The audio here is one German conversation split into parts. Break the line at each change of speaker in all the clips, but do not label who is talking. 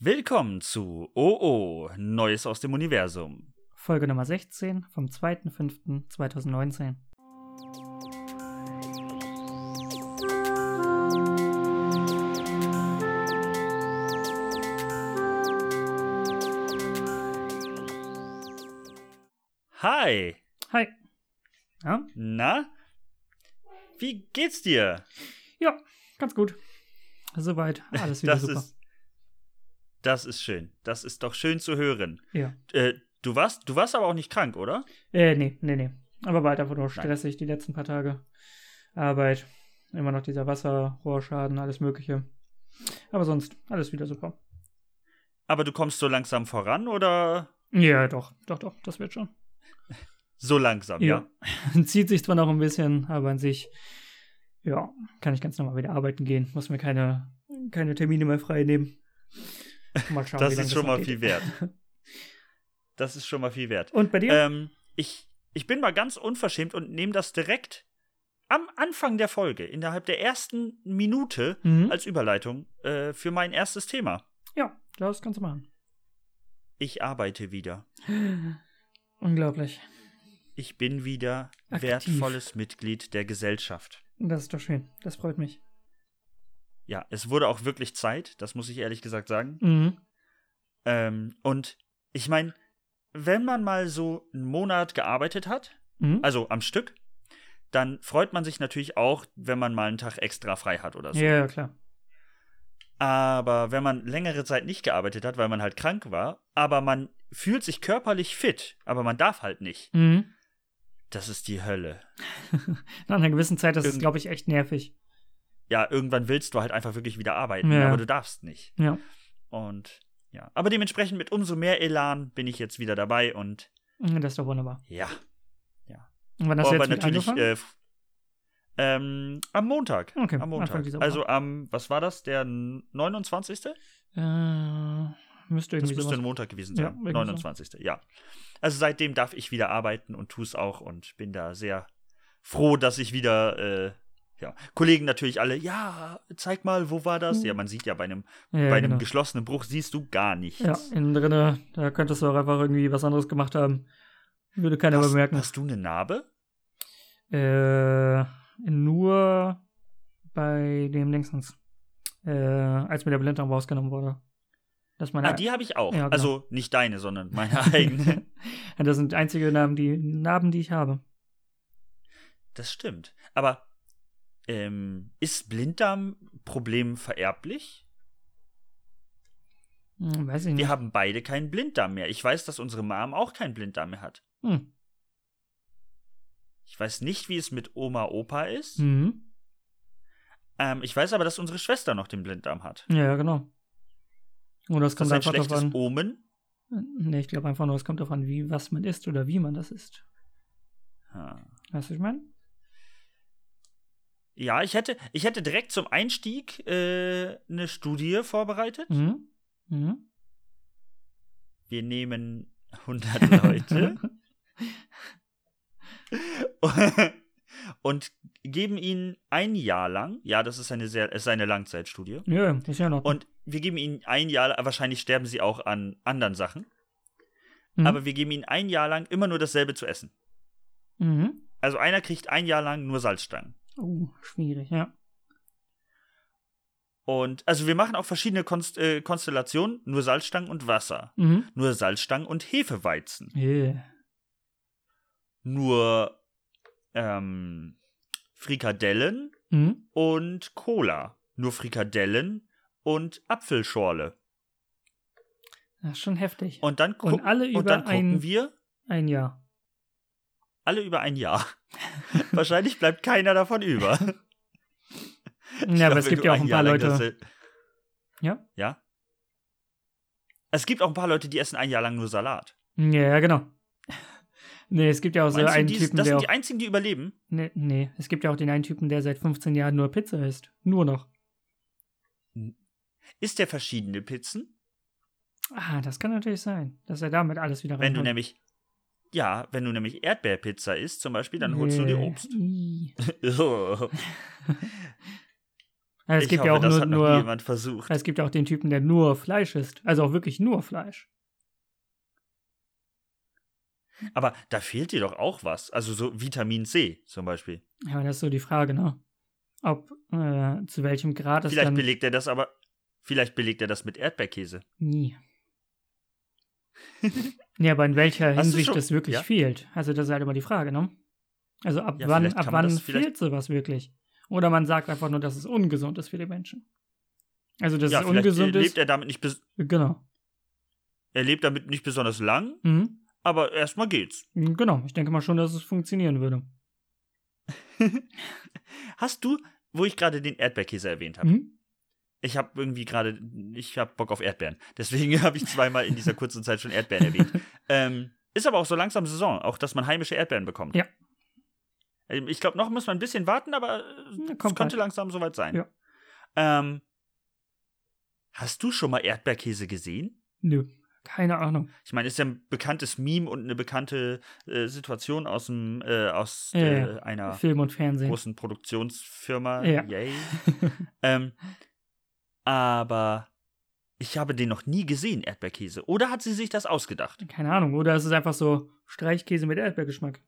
Willkommen zu OO, Neues aus dem Universum.
Folge Nummer 16 vom 2.5.2019.
Hi,
Hi. Ja?
na? Wie geht's dir?
ja, ganz gut. Soweit, alles wieder
Das
super.
ist, das ist schön. Das ist doch schön zu hören.
Ja.
Äh, du warst, du warst aber auch nicht krank, oder?
Äh, nee, nee, nee. Aber war halt einfach nur stressig die letzten paar Tage. Arbeit, immer noch dieser Wasserrohrschaden, alles Mögliche. Aber sonst, alles wieder super.
Aber du kommst so langsam voran oder
Ja, doch, doch, doch, das wird schon.
so langsam, ja?
Zieht sich zwar noch ein bisschen, aber an sich, ja, kann ich ganz normal wieder arbeiten gehen. Muss mir keine, keine Termine mehr frei nehmen. Mal schauen,
Das
wie lange
ist schon
noch
mal viel
geht.
wert. Das ist schon mal viel wert.
Und bei dir?
Ähm, ich, ich bin mal ganz unverschämt und nehme das direkt am Anfang der Folge, innerhalb der ersten Minute,
Mhm.
als Überleitung äh, für mein erstes Thema.
Ja, das kannst du machen.
Ich arbeite wieder.
Unglaublich.
Ich bin wieder
Aktiv.
wertvolles Mitglied der Gesellschaft.
Das ist doch schön. Das freut mich.
Ja, es wurde auch wirklich Zeit, das muss ich ehrlich gesagt sagen.
Mhm.
Ähm, und ich meine, wenn man mal so einen Monat gearbeitet hat,
Mhm.
also am Stück, dann freut man sich natürlich auch, wenn man mal einen Tag extra frei hat oder so.
ja, ja, klar.
Aber wenn man längere Zeit nicht gearbeitet hat, weil man halt krank war, aber man fühlt sich körperlich fit, aber man darf halt nicht,
Mhm.
das ist die Hölle.
Nach einer gewissen Zeit ist es,
Irgend-
glaube ich, echt nervig.
ja, irgendwann willst du halt einfach wirklich wieder arbeiten,
Ja.
aber du darfst nicht.
Ja.
Und ja, aber dementsprechend mit umso mehr Elan bin ich jetzt wieder dabei und
Mhm, Das ist doch wunderbar.
ja.
Und wann hast du
aber
jetzt mit
natürlich
angefangen?
äh, f- ähm, am Montag.
Okay,
am
Anfang
Montag.
dieser Woche.
Also am, was war das, der 29.?
Äh, müsste
Das müsste
irgendwie
ein
sowas.
Montag gewesen
Ja,
sein.
irgendwie so.
29. Ja. Also seitdem darf ich wieder arbeiten und tue es auch und bin da sehr froh, dass ich wieder, äh, ja, Kollegen natürlich alle, ja, zeig mal, wo war das?
Mhm.
Ja, man sieht ja bei einem
Ja,
Bei einem
genau.
geschlossenen Bruch siehst du gar nichts.
Ja, innen drinne, da könntest du auch einfach irgendwie was anderes gemacht haben. Würde keiner
hast,
bemerken.
hast du eine Narbe?
Äh, nur bei dem Dingsens. Äh, als mir der Blindraum rausgenommen wurde. Dass meine
ah, die habe ich auch.
Ja, genau.
Also nicht deine, sondern meine eigene.
Ja, das sind einzige Narben, die Narben, die ich habe.
das stimmt. Aber ähm, ist Blinddarmproblem vererblich?
Hm, weiß ich nicht.
Wir haben beide keinen Blinddarm mehr. Ich weiß, dass unsere Mom auch keinen Blinddarm mehr hat.
Hm.
Ich weiß nicht, wie es mit Oma, Opa ist.
Mhm.
Ähm, ich weiß aber, dass unsere Schwester noch den Blinddarm hat.
Ja, genau. Oder es
Ist das
kommt
ein
einfach drauf
schlechtes
an.
Omen?
Nee, ich glaube einfach nur, es kommt drauf an, wie was man isst oder wie man das isst.
Ah.
Weißt du, was ich meine?
Ja, ich hätte, ich hätte direkt zum Einstieg äh, eine Studie vorbereitet.
Mhm. Mhm.
wir nehmen 100 Leute und geben ihnen ein Jahr lang, ja, das ist eine sehr, es ist eine Langzeitstudie,
ja, das ist ja noch.
und wir geben ihnen ein Jahr, wahrscheinlich sterben sie auch an anderen Sachen,
Mhm.
aber wir geben ihnen ein Jahr lang immer nur dasselbe zu essen.
Mhm.
Also einer kriegt ein Jahr lang nur Salzstangen.
Oh, schwierig, ja.
Und also wir machen auch verschiedene Konst äh, Konstellationen, nur Salzstangen und Wasser,
Mhm.
nur Salzstangen und Hefeweizen.
Yeah.
nur ähm, Frikadellen
Mhm.
und Cola. Nur Frikadellen und Apfelschorle.
Das ist schon heftig.
Und dann, guck-
Und alle über
und dann gucken
ein-
wir
Ein Jahr.
alle über ein Jahr. Wahrscheinlich bleibt keiner davon über.
Ja, aber es
Wenn
gibt
du
ja auch ein paar
Jahr lang
Leute.
das-
Ja?
Ja. Es gibt auch ein paar Leute, die essen ein Jahr lang nur Salat.
Ja, ja, genau. Nee, es gibt ja auch so
Meinst du,
einen
die,
Also Typen,
das
der
sind
auch
die einzigen, die überleben?
Nee, nee, es gibt ja auch den einen Typen, der seit 15 Jahren nur Pizza isst. Nur noch.
Isst der verschiedene Pizzen?
Ah, das kann natürlich sein, dass er damit alles wieder
Wenn du
reinholt.
nämlich, ja, wenn du nämlich Erdbeerpizza isst zum Beispiel, dann holst du dir
Nee.
Obst.
Ih. Also, Es
ich
gibt
hoffe,
ja auch
das
nur,
hat noch nie
nur
jemand versucht.
es gibt ja auch den Typen, der nur Fleisch isst. Also auch wirklich nur Fleisch.
Aber da fehlt dir doch auch was. Also so Vitamin C zum Beispiel.
Ja, aber das ist so die Frage, ne? Ob, äh, zu welchem Grad es
Vielleicht
dann
belegt er das aber. Vielleicht belegt er das mit Erdbeerkäse.
nie. nee, aber in welcher
Hast du
Hinsicht
schon-
es wirklich
ja?
fehlt. Also das ist halt immer die Frage, ne? Also ab
Ja,
wann,
vielleicht
ab
kann man
wann
das- vielleicht-
fehlt sowas wirklich? Oder man sagt einfach nur, dass es ungesund ist für die Menschen. Also dass
ja,
es
vielleicht äh,
ungesund
lebt
ist.
er damit nicht. bes-
Genau.
Er lebt damit nicht besonders lang,
Mhm.
aber erstmal geht's.
Genau, ich denke mal schon, dass es funktionieren würde.
Hast du, wo ich gerade den Erdbeerkäse erwähnt habe?
Hm?
Ich habe irgendwie gerade, ich habe Bock auf Erdbeeren. Deswegen habe ich zweimal in dieser kurzen Zeit schon Erdbeeren erwähnt. Ähm, ist aber auch so langsam Saison, auch dass man heimische Erdbeeren bekommt.
Ja.
Ähm, Ich glaube, noch muss man ein bisschen warten, aber
Na,
äh, es
kommt
könnte
bald.
langsam soweit sein.
Ja.
Ähm, hast du schon mal Erdbeerkäse gesehen?
Nö, keine Ahnung.
Ich meine, ist ja ein bekanntes Meme und eine bekannte äh, Situation aus dem äh, aus
Ja, ja.
äh, einer
Film und Fernsehen.
großen Produktionsfirma.
Ja.
Yay. ähm, aber ich habe den noch nie gesehen, Erdbeerkäse. Oder hat sie sich das ausgedacht?
Keine Ahnung, oder es ist einfach so Streichkäse mit Erdbeergeschmack.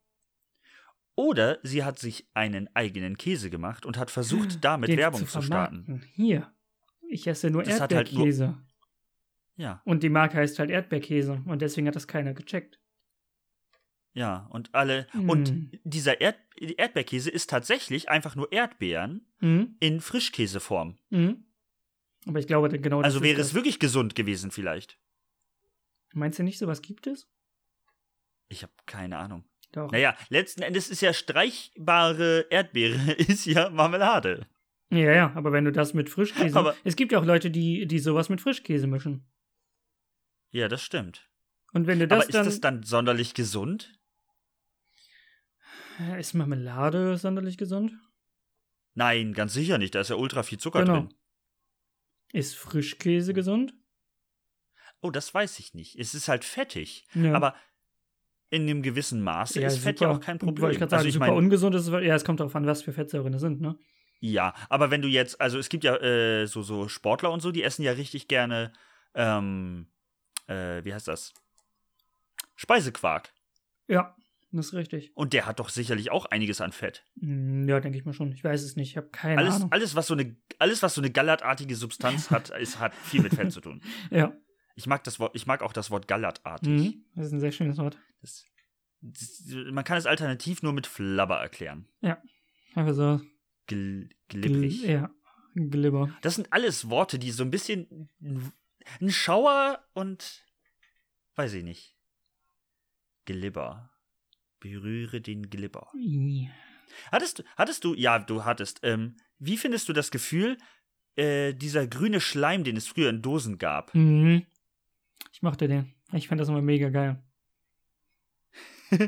Oder sie hat sich einen eigenen Käse gemacht und hat versucht, damit
Ah, Den
Werbung zu, starten.
vermarkten. Hier. Ich esse nur
Das hat halt nur-
Erdbeerkäse.
Ja,
Und die Marke heißt halt Erdbeerkäse und deswegen hat das keiner gecheckt.
ja. Und alle.
Hm.
Und dieser Erd Erdbeerkäse ist tatsächlich einfach nur Erdbeeren
Hm?
in Frischkäseform.
Hm? Aber ich glaube, genau das
Mhm. Also
ist
wäre
das.
es wirklich gesund gewesen, vielleicht.
Meinst du nicht, sowas gibt es?
Ich habe keine Ahnung.
Doch.
Naja, letzten Endes ist ja streichbare Erdbeere, ist ja Marmelade.
Ja, ja, aber wenn du das mit Frischkäse.
Aber-
es gibt ja auch Leute, die, die sowas mit Frischkäse mischen.
Ja, das stimmt.
Und wenn du das
Aber ist
dann.
das dann sonderlich gesund?
Äh, Ist Marmelade sonderlich gesund?
Nein, ganz sicher nicht. Da ist ja ultra viel Zucker
Genau.
drin.
Ist Frischkäse gesund?
Oh, das weiß ich nicht. Es ist halt fettig.
Ja.
Aber in einem gewissen Maße
Ja,
ist Fett ja
super-
auch kein
Wollte
Problem.
ich gerade sagen,
also ich
super
meine,
ungesund ist, es- ja, es kommt darauf an, was für Fettsäuren es sind, ne?
ja, aber wenn du jetzt, also es gibt ja äh, so, so Sportler und so, die essen ja richtig gerne, ähm, äh, wie heißt das? Speisequark.
Ja, das ist richtig.
Und der hat doch sicherlich auch einiges an Fett.
Hm, Ja, denke ich mal schon. Ich weiß es nicht, ich habe keine
Alles,
Ahnung.
alles, was so eine, alles, was so eine gallertartige Substanz hat, ist, hat viel mit Fett zu tun.
Ja,
Ich mag, das Wort, ich mag auch das Wort gallertartig.
mhm. das ist ein sehr schönes Wort.
Das, das, man kann es alternativ nur mit Flabber erklären.
Einfach so
Gl
gl
glibberig.
ja, Glibber.
Das sind alles Worte, die so ein bisschen ein Schauer und weiß ich nicht. Glibber. Berühre den Glibber.
I.
Hattest du, hattest du, ja, du hattest, ähm, wie findest du das Gefühl, äh, dieser grüne Schleim, den es früher in Dosen gab?
Mhm. Ich mochte den. Ich fand das immer mega geil.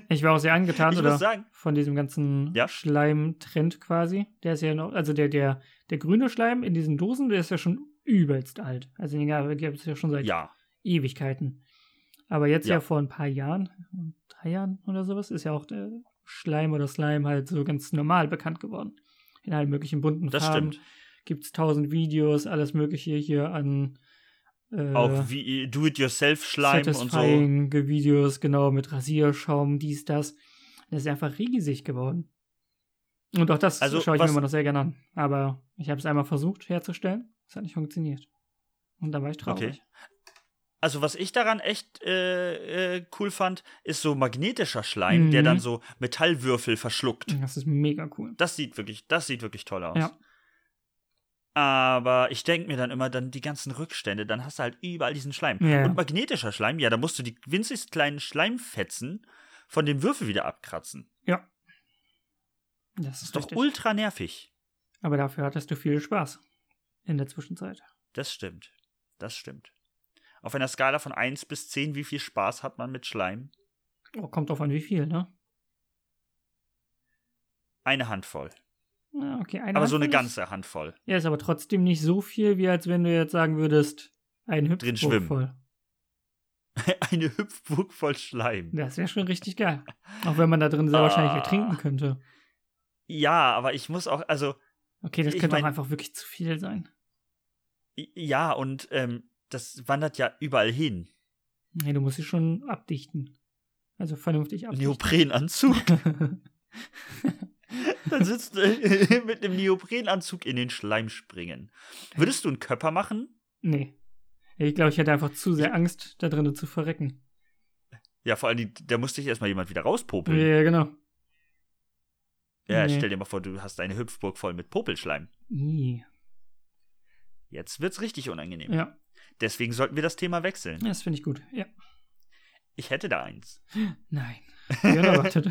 Ich war auch sehr angetan,
ich
oder?
muss sagen,
von diesem ganzen
Ja.
Schleim-Trend quasi. Der ist ja noch, also der, der, der grüne Schleim in diesen Dosen, der ist ja schon übelst alt. Also den gibt es ja schon seit
ja,
Ewigkeiten. Aber jetzt ja.
Ja.
vor ein paar Jahren, drei Jahren oder sowas, ist ja auch der Schleim oder Slime halt so ganz normal bekannt geworden. In allen möglichen bunten
das
Farben.
stimmt.
Gibt es tausend Videos, alles mögliche hier an äh,
Auch wie Do-it-yourself-Schleim und so.
satisfying Videos, genau, mit Rasierschaum, dies, das. Das ist einfach riesig geworden. Und auch das
Also,
schaue ich mir
was-
immer noch sehr gerne an. Aber ich habe es einmal versucht herzustellen, es hat nicht funktioniert. Und da war ich traurig.
Also was ich daran echt äh, äh, cool fand, ist so magnetischer Schleim,
Mhm.
der dann so Metallwürfel verschluckt.
Das ist mega cool.
Das sieht wirklich, das sieht wirklich toll aus.
Ja.
Aber ich denke mir dann immer, dann die ganzen Rückstände, dann hast du halt überall diesen Schleim.
Ja.
Und magnetischer Schleim, ja, da musst du die winzigst kleinen Schleimfetzen von dem Würfel wieder abkratzen.
Das
Das
ist
ist doch
richtig.
ultra nervig.
Aber dafür hattest du viel Spaß in der Zwischenzeit.
Das stimmt. Das stimmt. Auf einer Skala von 1 bis 10, wie viel Spaß hat man mit Schleim?
Oh, kommt drauf an, wie viel, ne?
Eine Handvoll.
Ja, okay, eine
Aber so
Handvoll
eine
ist-
ganze Handvoll.
Ja, ist aber trotzdem nicht so viel, wie als wenn du jetzt sagen würdest, ein Hüpfburg
schwimmen.
voll.
Eine Hüpfburg voll Schleim.
Das wäre schon richtig geil. Auch wenn man da drin sehr wahrscheinlich
Ah.
ertrinken könnte.
Ja, aber ich muss auch, also
Okay, das
Ich
könnte auch
mein-
einfach wirklich zu viel sein.
Ja, und ähm, das wandert ja überall hin.
Nee, du musst sie schon abdichten. Also vernünftig abdichten.
Neoprenanzug. Dann sitzt äh, mit einem Neoprenanzug in den Schleim springen. Würdest du einen Körper machen?
nee. Ich glaube, ich hätte einfach zu sehr Angst, da drinnen zu verrecken.
Ja, vor allem, da musste ich erstmal jemand wieder rauspopeln.
Ja, genau.
Ja,
Nee.
stell dir mal vor, du hast eine Hüpfburg voll mit Popelschleim.
Ih.
Jetzt wird's richtig unangenehm.
Ja,
Deswegen sollten wir das Thema wechseln.
das finde ich gut. Ja.
Ich hätte da eins.
Nein. Wie unerwartet.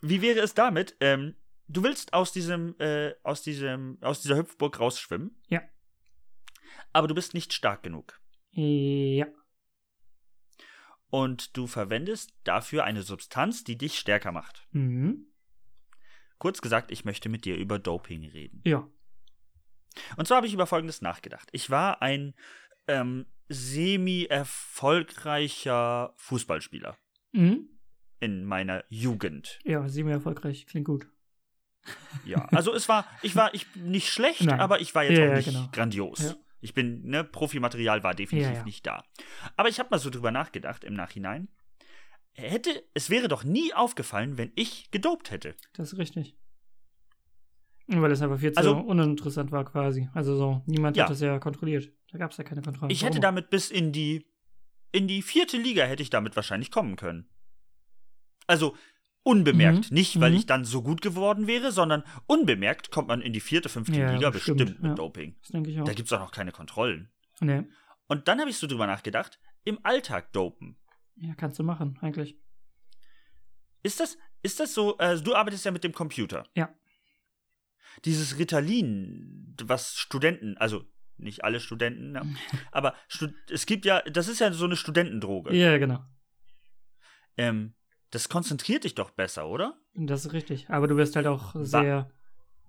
Wie wäre es damit? Ähm, du willst aus diesem, äh, aus diesem, aus dieser Hüpfburg rausschwimmen.
Ja.
Aber du bist nicht stark genug.
ja.
Und du verwendest dafür eine Substanz, die dich stärker macht.
Mhm.
Kurz gesagt, ich möchte mit dir über Doping reden.
Ja.
Und zwar habe ich über Folgendes nachgedacht. Ich war ein ähm, semi-erfolgreicher Fußballspieler
Mhm.
in meiner Jugend.
Ja, sieben erfolgreich. Klingt gut.
Ja, also es war, ich war ich bin nicht schlecht,
Nein.
aber ich war jetzt
Ja,
auch
ja,
nicht
genau.
grandios.
Ja.
Ich bin, ne, Profimaterial war definitiv
Ja, ja.
nicht da. Aber ich habe mal so drüber nachgedacht im Nachhinein. Hätte, es wäre doch nie aufgefallen, wenn ich gedopt hätte.
Das ist richtig. Weil es einfach viel zu
Also-
uninteressant war quasi. Also so, niemand
Ja.
hat das ja kontrolliert. Da gab es ja keine Oh. Kontrolle.
Ich hätte
Warum?
damit bis in die in die vierte Liga hätte ich damit wahrscheinlich kommen können. Also unbemerkt, nicht weil
mhm.
ich dann so gut geworden wäre, sondern unbemerkt kommt man in die vierte, fünfte
Ja,
Liga
bestimmt,
bestimmt, mit
ja.
Doping.
Das denke ich auch.
Da gibt's auch noch keine Kontrollen.
Nee.
Und dann habe ich so drüber nachgedacht, im Alltag dopen.
Ja, kannst du machen, eigentlich.
Ist das ist das so, äh, du arbeitest ja mit dem Computer.
Ja.
Dieses Ritalin, was Studenten, also nicht alle Studenten, ne? aber Stud es gibt ja, das ist ja so eine Studentendroge.
Ja, genau.
Ähm, das konzentriert dich doch besser, oder?
Das ist richtig. Aber du bist halt auch sehr,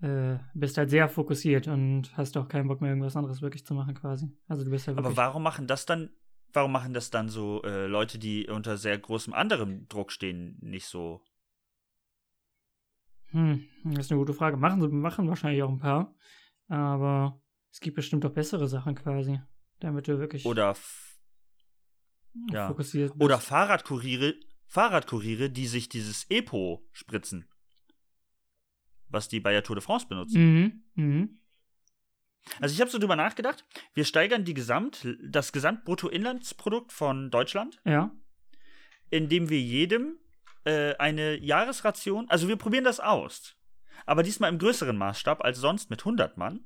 äh, bist halt sehr fokussiert und hast auch keinen Bock mehr, irgendwas anderes wirklich zu machen, quasi. Also du bist halt
Aber
wirklich.
warum machen das dann, warum machen das dann so äh, Leute, die unter sehr großem anderem Druck stehen, nicht so?
hm, das ist eine gute Frage. Machen sie, machen wahrscheinlich auch ein paar. Aber es gibt bestimmt auch bessere Sachen quasi, damit du wirklich
Oder, f- ja.
fokussiert bist.
oder Fahrradkuriere, Fahrradkuriere, die sich dieses Epo spritzen. Was die bei der Tour de France benutzen.
Mhm, mhm.
Also ich habe so drüber nachgedacht, wir steigern die Gesamt, das Gesamtbruttoinlandsprodukt von Deutschland
Ja.
indem wir jedem äh, eine Jahresration, also wir probieren das aus, aber diesmal im größeren Maßstab als sonst mit 100 Mann,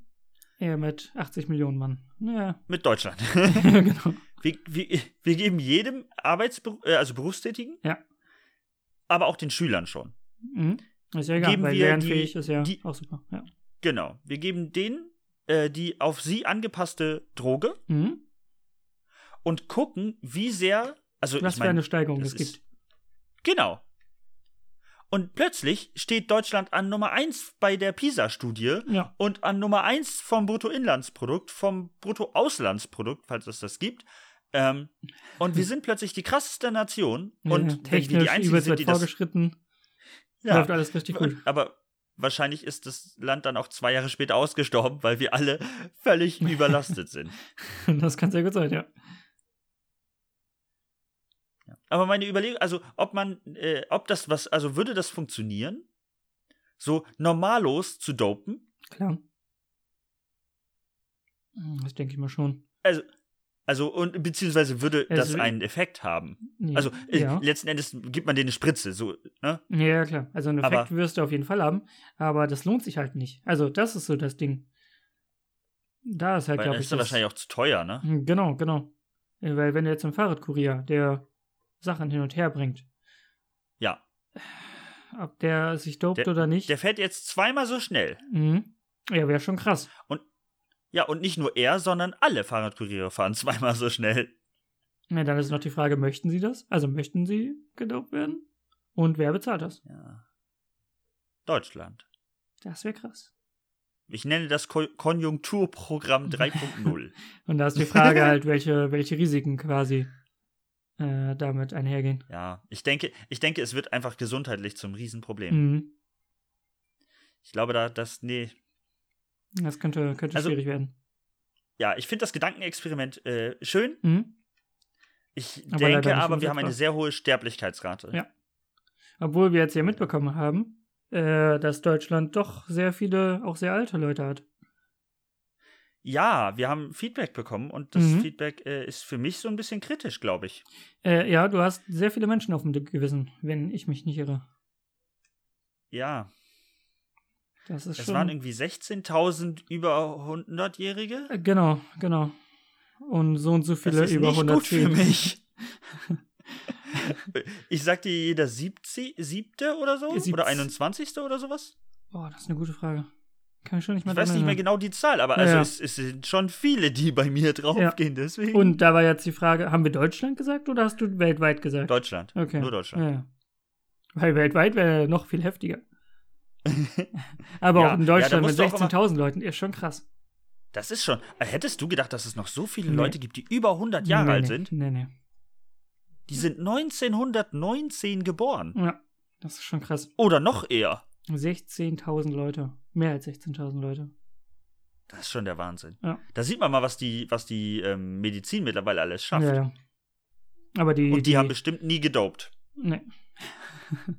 Eher mit 80 Millionen Mann. Ja,
mit Deutschland.
genau.
wir, wir, wir geben jedem Arbeitsberu äh, also Berufstätigen,
Ja.
aber auch den Schülern schon.
Mhm. Ist ja egal,
Geben
weil
wir
lernfähig
die-
ist ja
die-
auch super. Ja.
Genau, wir geben denen äh, die auf sie angepasste Droge
Mhm.
und gucken, wie sehr, also
Was
ich
für eine
meine,
Steigerung
das
es gibt.
ist- genau. Und plötzlich steht Deutschland an Nummer 1 bei der PISA-Studie
Ja.
Und an Nummer 1 vom Bruttoinlandsprodukt, vom Bruttoauslandsprodukt, falls es das gibt. Ähm, und wir sind plötzlich die krasseste Nation. Und
ja,
wenn wir
technisch
die Einzigen
übelst
sind,
weit
die das.
vorgeschritten.
Ja,
Läuft alles richtig gut.
aber wahrscheinlich ist das Land dann auch zwei Jahre später ausgestorben, weil wir alle völlig überlastet sind.
Das kann sehr gut sein, ja.
Aber meine Überlegung, also ob man, äh, ob das was, also würde das funktionieren, so normallos zu dopen?
Klar. Hm, Das denke ich mal schon.
Also, und beziehungsweise würde
Es
das
wi-
einen Effekt haben?
Ja.
Also äh,
Also ja.
letzten Endes gibt man denen eine Spritze, so, ne?
ja, klar. Also einen
Aber-
Effekt wirst du auf jeden Fall haben, aber das lohnt sich halt nicht. Also das ist so das Ding. Da ist halt,
Weil
glaube
das
ich,
ist dann
das,
wahrscheinlich auch zu teuer, ne?
Hm, Genau, genau. Äh, Weil wenn du jetzt einen Fahrradkurier, der Sachen hin und her bringt,
Ja.
ob der sich dopt oder nicht,
Der fährt jetzt zweimal so schnell.
mhm. ja, wäre schon krass.
Ja, und nicht nur er, sondern alle Fahrradkuriere fahren zweimal so schnell.
Ja, dann ist noch die Frage, möchten sie das? Also möchten sie gedopt werden? Und wer bezahlt das?
Ja. Deutschland.
Das wäre krass.
Ich nenne das Ko Konjunkturprogramm 3.0.
Und da ist die Frage halt, welche, welche Risiken quasi äh, damit einhergehen.
ja, ich denke, ich denke,
Hm,
es wird einfach gesundheitlich zum Riesenproblem.
Mhm.
Ich glaube, da das, nee,
Das könnte, könnte
Also-
schwierig werden.
Ja, ich finde das Gedankenexperiment äh, schön.
Mhm.
Ich
Aber leider
denke
nicht
aber, wir haben eine
umsetzbar.
sehr hohe Sterblichkeitsrate.
Ja. Obwohl wir jetzt ja mitbekommen haben, äh, dass Deutschland doch sehr viele, auch sehr alte Leute hat.
Ja, wir haben Feedback bekommen und das
Mhm.
Feedback äh, ist für mich so ein bisschen kritisch, glaube ich.
Äh, ja, du hast sehr viele Menschen auf dem Gewissen, wenn ich mich nicht irre.
Ja,
Das ist
es
schon.
waren irgendwie 16.000 über 100-Jährige.
Äh, genau, genau. Und so und so
Das
viele
ist
über
nicht
100
gut für mich. ich sag dir jeder siebzi- siebte oder so?
Siebz-
Oder 21. oder sowas?
Boah, das ist eine gute Frage. Kann ich schon nicht
Ich
mehr
weiß
dran
nicht mehr
erinnern.
genau die Zahl, aber
Ja,
also
ja.
Es, es sind schon viele, die bei mir draufgehen, deswegen.
Und da war jetzt die Frage, haben wir Deutschland gesagt oder hast du weltweit gesagt?
Deutschland.
Okay.
Nur Deutschland.
Ja. Weil weltweit wäre noch viel heftiger. Aber
Ja,
auch in
ja, da
Deutschland mit
musst du auch immer-
16.000 Leuten ist schon krass.
Das ist schon. äh, Hättest du gedacht, dass es noch so viele
Nee.
Leute gibt, die über 100 Jahre
nee,
alt
nee,
sind?
Nee, nee.
Die sind 1919 geboren.
Ja, das ist schon krass.
Oder noch eher.
16.000 Leute. Mehr als 16.000 Leute.
Das ist schon der Wahnsinn.
Ja.
Da sieht man mal, was die, was die ähm, Medizin mittlerweile alles schafft.
Ja, ja. Aber die. Oh,
Und die, haben bestimmt nie gedopt.
Nee.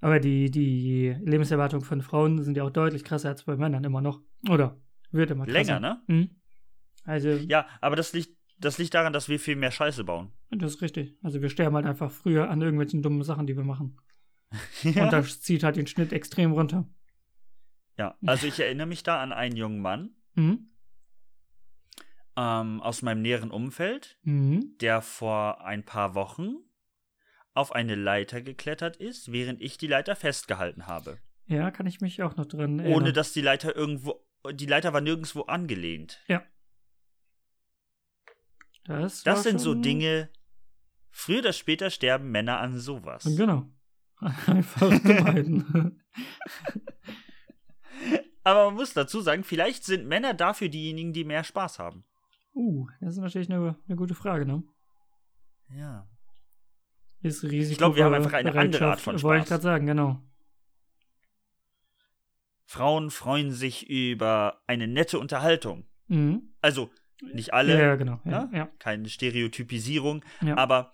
Aber die, die Lebenserwartung von Frauen sind ja auch deutlich krasser als bei Männern immer noch. Oder wird immer krasser.
Länger, ne?
Mhm. Also,
Ja, aber das liegt, das liegt daran, dass wir viel mehr Scheiße bauen.
das ist richtig. Also wir sterben halt einfach früher an irgendwelchen dummen Sachen, die wir machen. Und
ja.
das zieht halt den Schnitt extrem runter.
ja. Also ich erinnere mich da an einen jungen Mann
Mhm.
ähm, aus meinem näheren Umfeld,
Mhm.
der vor ein paar Wochen auf eine Leiter geklettert ist, während ich die Leiter festgehalten habe.
Ja, kann ich mich auch noch dran erinnern.
Ohne dass die Leiter irgendwo. Die Leiter war nirgendwo angelehnt.
Das, war
Das sind so
schon-
Dinge. Früher oder später sterben Männer an sowas.
Genau. Einfach vermeiden.
Aber man muss dazu sagen, vielleicht sind Männer dafür diejenigen, die mehr Spaß haben.
uh, das ist natürlich eine, eine gute Frage, ne?
Ja.
Ist Risiko.
Ich glaub, wir haben einfach eine andere Art von
Wollte
Spaß.
ich gerade sagen, genau.
Frauen freuen sich über eine nette Unterhaltung.
Mhm.
Also nicht alle,
Ja, ja, genau. Ja, ja.
keine Stereotypisierung,
Ja.
aber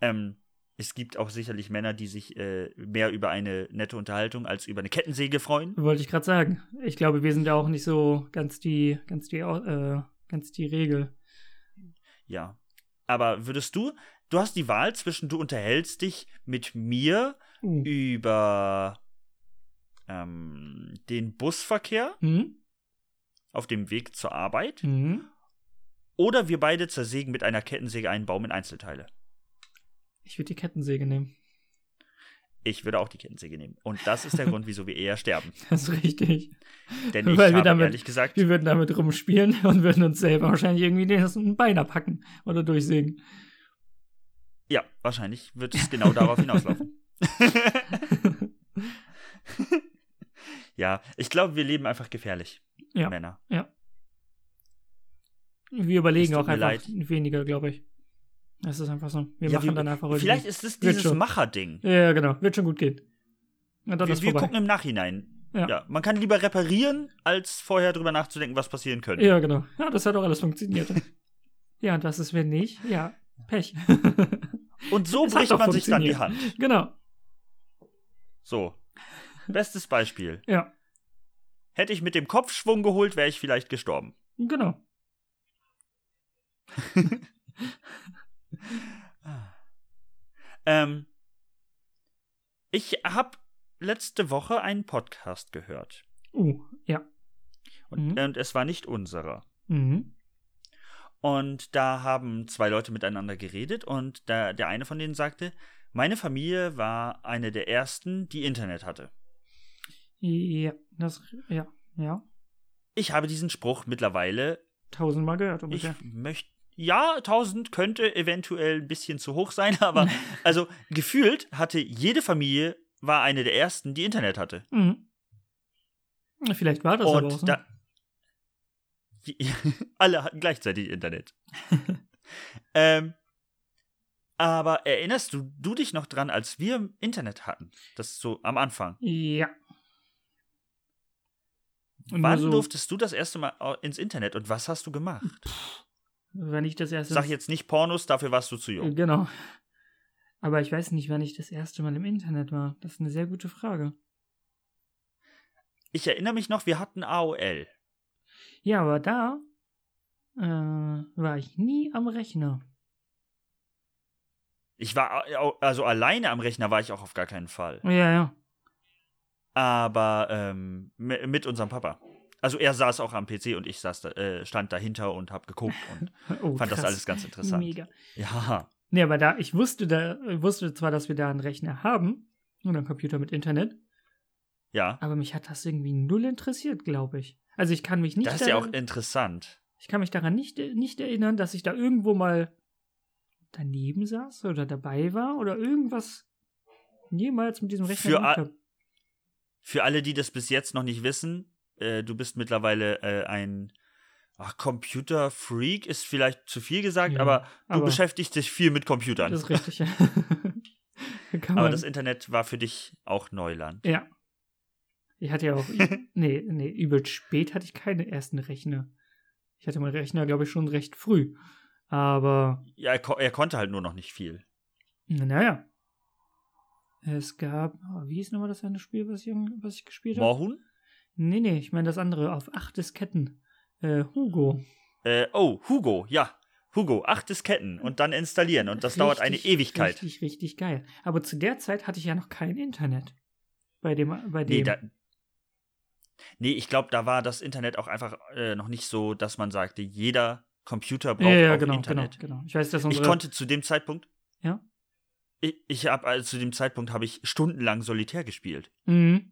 ähm, es gibt auch sicherlich Männer, die sich äh, mehr über eine nette Unterhaltung als über eine Kettensäge freuen.
Wollte ich gerade sagen. Ich glaube, wir sind ja auch nicht so ganz die, ganz die, Au- äh, ganz die Regel.
Ja. Aber würdest du, du hast die Wahl zwischen, du unterhältst dich mit mir
Uh.
über ähm, den Busverkehr
Mhm.
auf dem Weg zur Arbeit
Mhm.
oder wir beide zersägen mit einer Kettensäge einen Baum in Einzelteile.
Ich würde die Kettensäge nehmen.
Ich würde auch die Kettensäge nehmen. Und das ist der Grund, wieso wir eher sterben.
Das ist richtig.
Denn ich
Weil wir
habe
damit-
ehrlich gesagt,
Wir würden damit rumspielen und würden uns selber wahrscheinlich irgendwie das ein Bein abhacken oder durchsägen.
ja, wahrscheinlich wird es genau darauf hinauslaufen. ja, ich glaube, wir leben einfach gefährlich,
Ja.
Männer.
Wir
Es
überlegen
tut
auch
mir
einfach
leid.
weniger, glaube ich. Das ist einfach so. Wir
ja,
machen dann einfach
Vielleicht ist es
Wird
dieses
schon.
Macherding.
Ja, genau. Wird schon gut gehen. Und dann
Wir,
ist
wir
vorbei.
gucken im Nachhinein.
Ja.
Ja. man kann lieber reparieren, als vorher drüber nachzudenken, was passieren könnte.
Ja, genau. Ja, das hat auch alles funktioniert. ja, und was ist, wenn nicht? Ja, Pech.
Und so
Es hat
bricht
doch
man sich dann die
funktioniert.
Hand.
genau.
So. Bestes Beispiel.
Ja,
Hätte ich mit dem Kopf Schwung geholt, wäre ich vielleicht gestorben.
genau.
Ähm, ich habe letzte Woche einen Podcast gehört.
Uh, ja.
Und,
Mhm.
und es war nicht unserer.
Mhm.
Und da haben zwei Leute miteinander geredet und da, der eine von denen sagte, meine Familie war eine der ersten, die Internet hatte.
Ja, das, ja, ja.
Ich habe diesen Spruch mittlerweile
Tausendmal gehört
Ich
ungefähr.
möchte. Ja, 1000 könnte eventuell ein bisschen zu hoch sein, aber also gefühlt hatte jede Familie war eine der ersten, die Internet hatte.
Mhm. Vielleicht war das aber auch
Und
so.
da alle hatten gleichzeitig Internet. ähm, aber erinnerst du, du dich noch dran, als wir Internet hatten? Das so am Anfang.
ja. Und
Wann
nur so,
durftest du das erste Mal au- ins Internet und was hast du gemacht?
Wenn ich das erste
Sag jetzt nicht Pornos, dafür warst du zu jung.
Genau. Aber ich weiß nicht, wann ich das erste Mal im Internet war. Das ist eine sehr gute Frage.
Ich erinnere mich noch, wir hatten AOL.
Ja, aber da äh, war ich nie am Rechner.
Ich war, au- also alleine am Rechner war ich auch auf gar keinen Fall.
Ja, ja.
Aber ähm, mi- mit unserem Papa. Also er saß auch am PC und ich saß da, äh, stand dahinter und hab geguckt und
Oh,
fand das
krass.
alles ganz interessant.
Mega.
Ja,
Nee, aber da, ich wusste, da, wusste zwar, dass wir da einen Rechner haben und einen Computer mit Internet,
ja.
aber mich hat das irgendwie null interessiert, glaube ich. Also ich kann mich nicht
Das ist ja auch
daran,
interessant.
ich kann mich daran nicht, nicht erinnern, dass ich da irgendwo mal daneben saß oder dabei war oder irgendwas jemals mit diesem Rechner
Für
gemacht
a-
habe.
Für alle, die das bis jetzt noch nicht wissen, äh, du bist mittlerweile äh, ein ach, Computerfreak, ist vielleicht zu viel gesagt,
Ja,
aber du
aber-
beschäftigst dich viel mit Computern.
Das ist richtig. ja. kann
aber
man-
das Internet war für dich auch Neuland.
Ja. Ich hatte ja auch. nee, nee, übelst spät hatte ich keine ersten Rechner. Ich hatte meinen Rechner, glaube ich, schon recht früh. Aber,
Ja, er, ko er konnte halt nur noch nicht viel.
na- naja. Es gab. Oh, wie hieß nochmal das eine Spiel, was ich, was ich gespielt habe?
Morhun?
Nee, nee, ich meine das andere auf acht Disketten. Äh, Hugo.
Äh, oh, Hugo, ja. Hugo, acht Disketten und dann installieren und das dauert eine
Richtig,
Ewigkeit.
Richtig, richtig geil. Aber zu der Zeit hatte ich ja noch kein Internet. Bei dem. Bei dem
Nee, da, nee ich glaube, da war das Internet auch einfach äh, noch nicht so, dass man sagte, jeder Computer braucht
ja, ja,
auch
genau,
Internet.
genau, genau. Ich weiß, dass unsere.
Ich konnte zu dem Zeitpunkt.
Ja?
Ich, ich habe also zu dem Zeitpunkt habe ich stundenlang solitär gespielt.
Mhm.